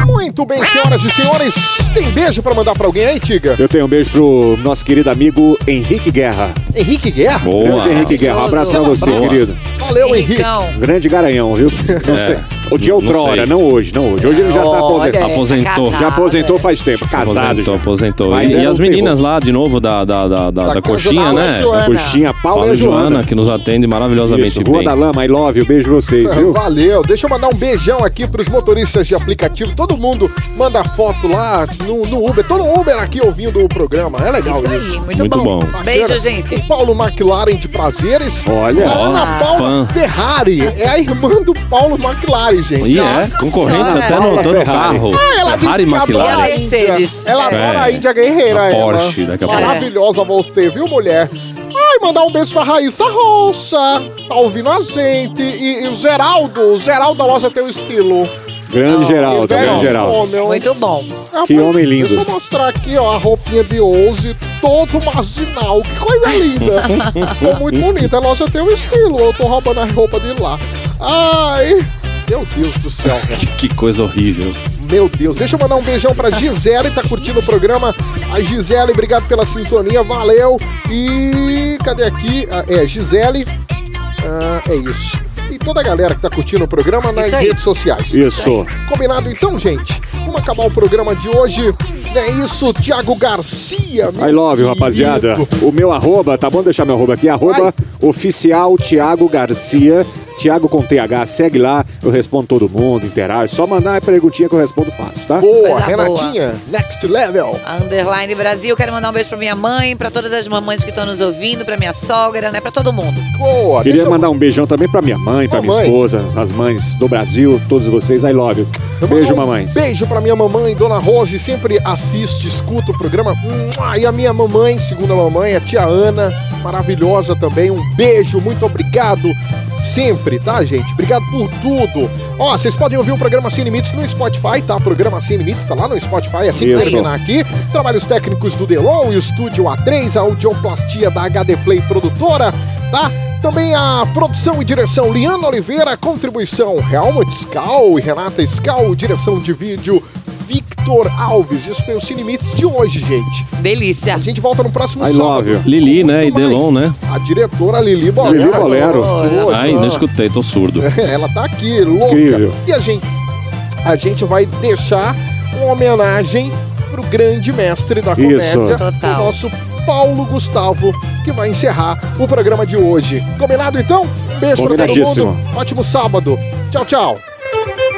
Muito bem, senhoras e senhores. Tem beijo pra mandar pra alguém aí, Tiga?
Eu tenho um beijo pro nosso querido amigo Henrique Guerra.
Henrique Guerra?
Boa.
Grande Henrique Guerra, um abraço pra você,
Boa.
querido.
Valeu, É Henrique.
Grande garanhão, viu? Não
É.
sei. O de
Não- não
outrora,
sei.
não, hoje, não hoje. Hoje ele já tá
Olha,
aposentado.
É,
Aposentou.
Já aposentou faz tempo, casado.
Aposentou,
já.
aposentou.
Mas
E- E,
era
as
um
meninas lá, de novo, da, da, da,
Tá
da, da coxinha,
Paula e
né?
Joana. Coxinha, Paula e Joana.
que nos atende maravilhosamente
é Isso, Rua
bem.
da Lama, I love, you, beijo pra vocês, viu?
Valeu. Deixa eu mandar um beijão aqui pros motoristas de aplicativo. Todo mundo manda foto lá no, no Uber. Todo Uber aqui ouvindo o programa. É legal
Isso
isso.
aí, muito Muito bom. bom. Beijo, gente.
O Paulo McLaren de Prazeres.
Olha,
A Ana
ó,
Paula
fã.
Ferrari. É a irmã do Paulo McLaren, gente.
E é, concorrente
Senhora.
até no, até no carro.
Ah,
É
ela
Ferrari
adora
McLaren.
a Índia. Ela adora a
É.
Índia Guerreira,
A
ela.
Porsche, daqui a pouco.
Maravilhosa você, viu, mulher? Ai, mandar um beijo pra Raíssa Rocha. Tá ouvindo a gente. E, e o Geraldo, o Geraldo da loja Teu Estilo.
Grande Geraldo,
Inverno,
grande Geraldo.
homem.
Muito bom.
Que homem lindo.
Deixa eu mostrar aqui, ó, a roupinha de hoje. Todo marginal. Que coisa linda. Ficou muito bonita. A loja tem um estilo. Eu tô roubando a roupa de lá. Ai, meu Deus do céu.
Que coisa horrível.
Meu Deus, deixa eu mandar um beijão pra Gisele, tá curtindo o programa. A Gisele, obrigado pela sintonia, valeu. E cadê aqui? Ah, É, Gisele. Ah, é isso. E toda a galera que tá curtindo o programa nas
Isso aí.
redes sociais.
Isso.
Combinado então, gente? Vamos acabar o programa de hoje. É isso, Thiago Garcia. meu
I love, you,
querido.
rapaziada. O meu arroba, tá bom deixar meu arroba aqui, arroba oficial Thiago Garcia. Thiago com TH, segue lá, eu respondo todo mundo, interage. Só mandar a perguntinha que eu respondo fácil, tá?
Boa, Renatinha, next level.
A Underline Brasil, quero mandar um beijo pra minha mãe, pra todas as mamães que estão nos ouvindo, pra minha sogra, né? Pra todo mundo.
Boa,
Queria mandar um beijão também pra minha mãe, pra minha
Mamãe.
esposa, as mães do Brasil, todos vocês. I love. you. Beijo, mamães.
um Beijo pra minha mamãe, Dona Rose, sempre assiste, escuta o programa. Mua! E a minha mamãe, segunda mamãe, a tia Ana, maravilhosa também. Um beijo, muito obrigado. Sempre, tá, gente? Obrigado por tudo. Ó, vocês podem ouvir o programa Sem Limites no Spotify, tá? O programa Sem Limites tá lá no Spotify, é assim
Isso.
terminar aqui. Trabalhos técnicos do Delon, o estúdio A3, a audioplastia da HD Play Produtora, tá? Também a produção e direção Liana Oliveira, contribuição Helmut Scal e Renata Scal, direção de vídeo Victor Alves. Isso foi o Sem Limites de hoje, gente.
Delícia.
A gente volta no próximo
I love
sábado.
you. Lili, né? E Delon, né?
A diretora Lili Bolero.
Lili Bolero.
Boa,
Ai, não
Ivan.
escutei, tô surdo.
Ela tá aqui, louca.
Incrível.
E a gente, a gente vai deixar uma homenagem pro grande mestre da
Isso.
comédia,
Total.
o nosso Paulo Gustavo, que vai encerrar o programa de hoje. Combinado então? Um beijo pra todo
Combinadíssimo.
mundo. Ótimo sábado. Tchau, tchau.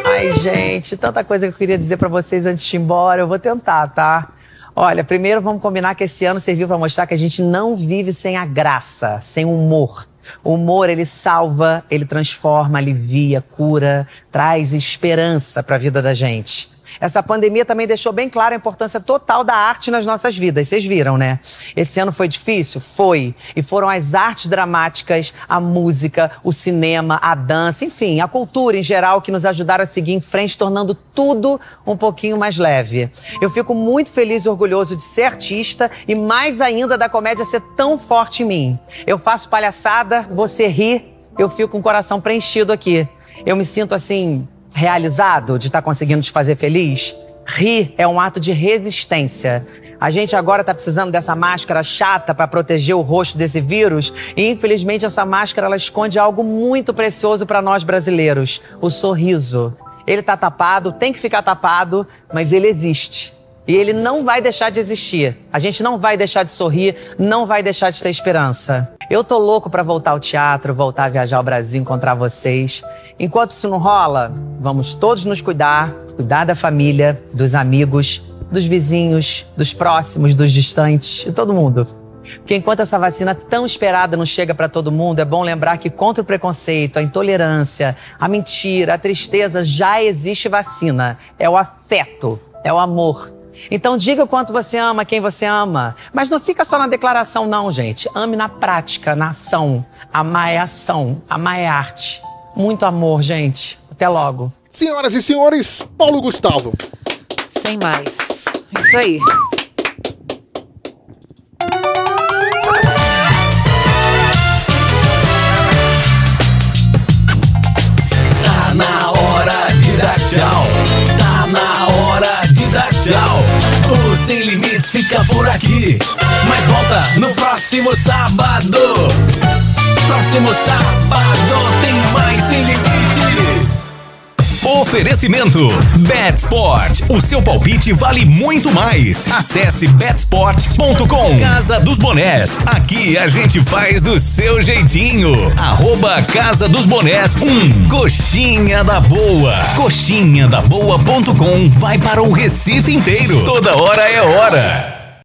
Ai, gente, tanta coisa que eu queria dizer pra vocês antes de ir embora. Eu vou tentar, tá? Olha, primeiro vamos combinar que esse ano serviu pra mostrar que a gente não vive sem a graça, sem o humor. O humor, ele salva, ele transforma, alivia, cura, traz esperança pra vida da gente. Essa pandemia também deixou bem clara a importância total da arte nas nossas vidas. Vocês viram, né? Esse ano foi difícil? Foi. E foram as artes dramáticas, a música, o cinema, a dança, enfim, a cultura em geral que nos ajudaram a seguir em frente, tornando tudo um pouquinho mais leve. Eu fico muito feliz e orgulhoso de ser artista e mais ainda da comédia ser tão forte em mim. Eu faço palhaçada, você ri, eu fico com o coração preenchido aqui. Eu me sinto assim, realizado de estar conseguindo te fazer feliz? Rir é um ato de resistência. A gente agora tá precisando dessa máscara chata para proteger o rosto desse vírus, e infelizmente essa máscara ela esconde algo muito precioso para nós brasileiros, o sorriso. Ele tá tapado, tem que ficar tapado, mas ele existe. E ele não vai deixar de existir. A gente não vai deixar de sorrir, não vai deixar de ter esperança. Eu tô louco pra voltar ao teatro, voltar a viajar ao Brasil, encontrar vocês. Enquanto isso não rola, vamos todos nos cuidar, cuidar da família, dos amigos, dos vizinhos, dos próximos, dos distantes, de todo mundo. Porque enquanto essa vacina tão esperada não chega para todo mundo, é bom lembrar que contra o preconceito, a intolerância, a mentira, a tristeza, já existe vacina. É o afeto, é o amor. Então diga o quanto você ama, quem você ama. Mas não fica só na declaração, não, gente. Ame na prática, na ação. Amar é ação, amar é arte. Muito amor, gente. Até logo.
Senhoras e senhores, Paulo Gustavo.
Sem mais.
É
Isso aí.
Tá na hora de dar tchau. Tá na hora de dar tchau. O Sem Limites fica por aqui. Mas volta no próximo sábado. Próximo sábado tem mais Sem Limites.
Oferecimento Betsport. O seu palpite vale muito mais. Acesse betsport.com. Casa dos Bonés. Aqui a gente faz do seu jeitinho. Arroba Casa dos Bonés 1. Coxinha da Boa. Coxinha da Boa.com vai para o Recife inteiro. Toda hora é hora.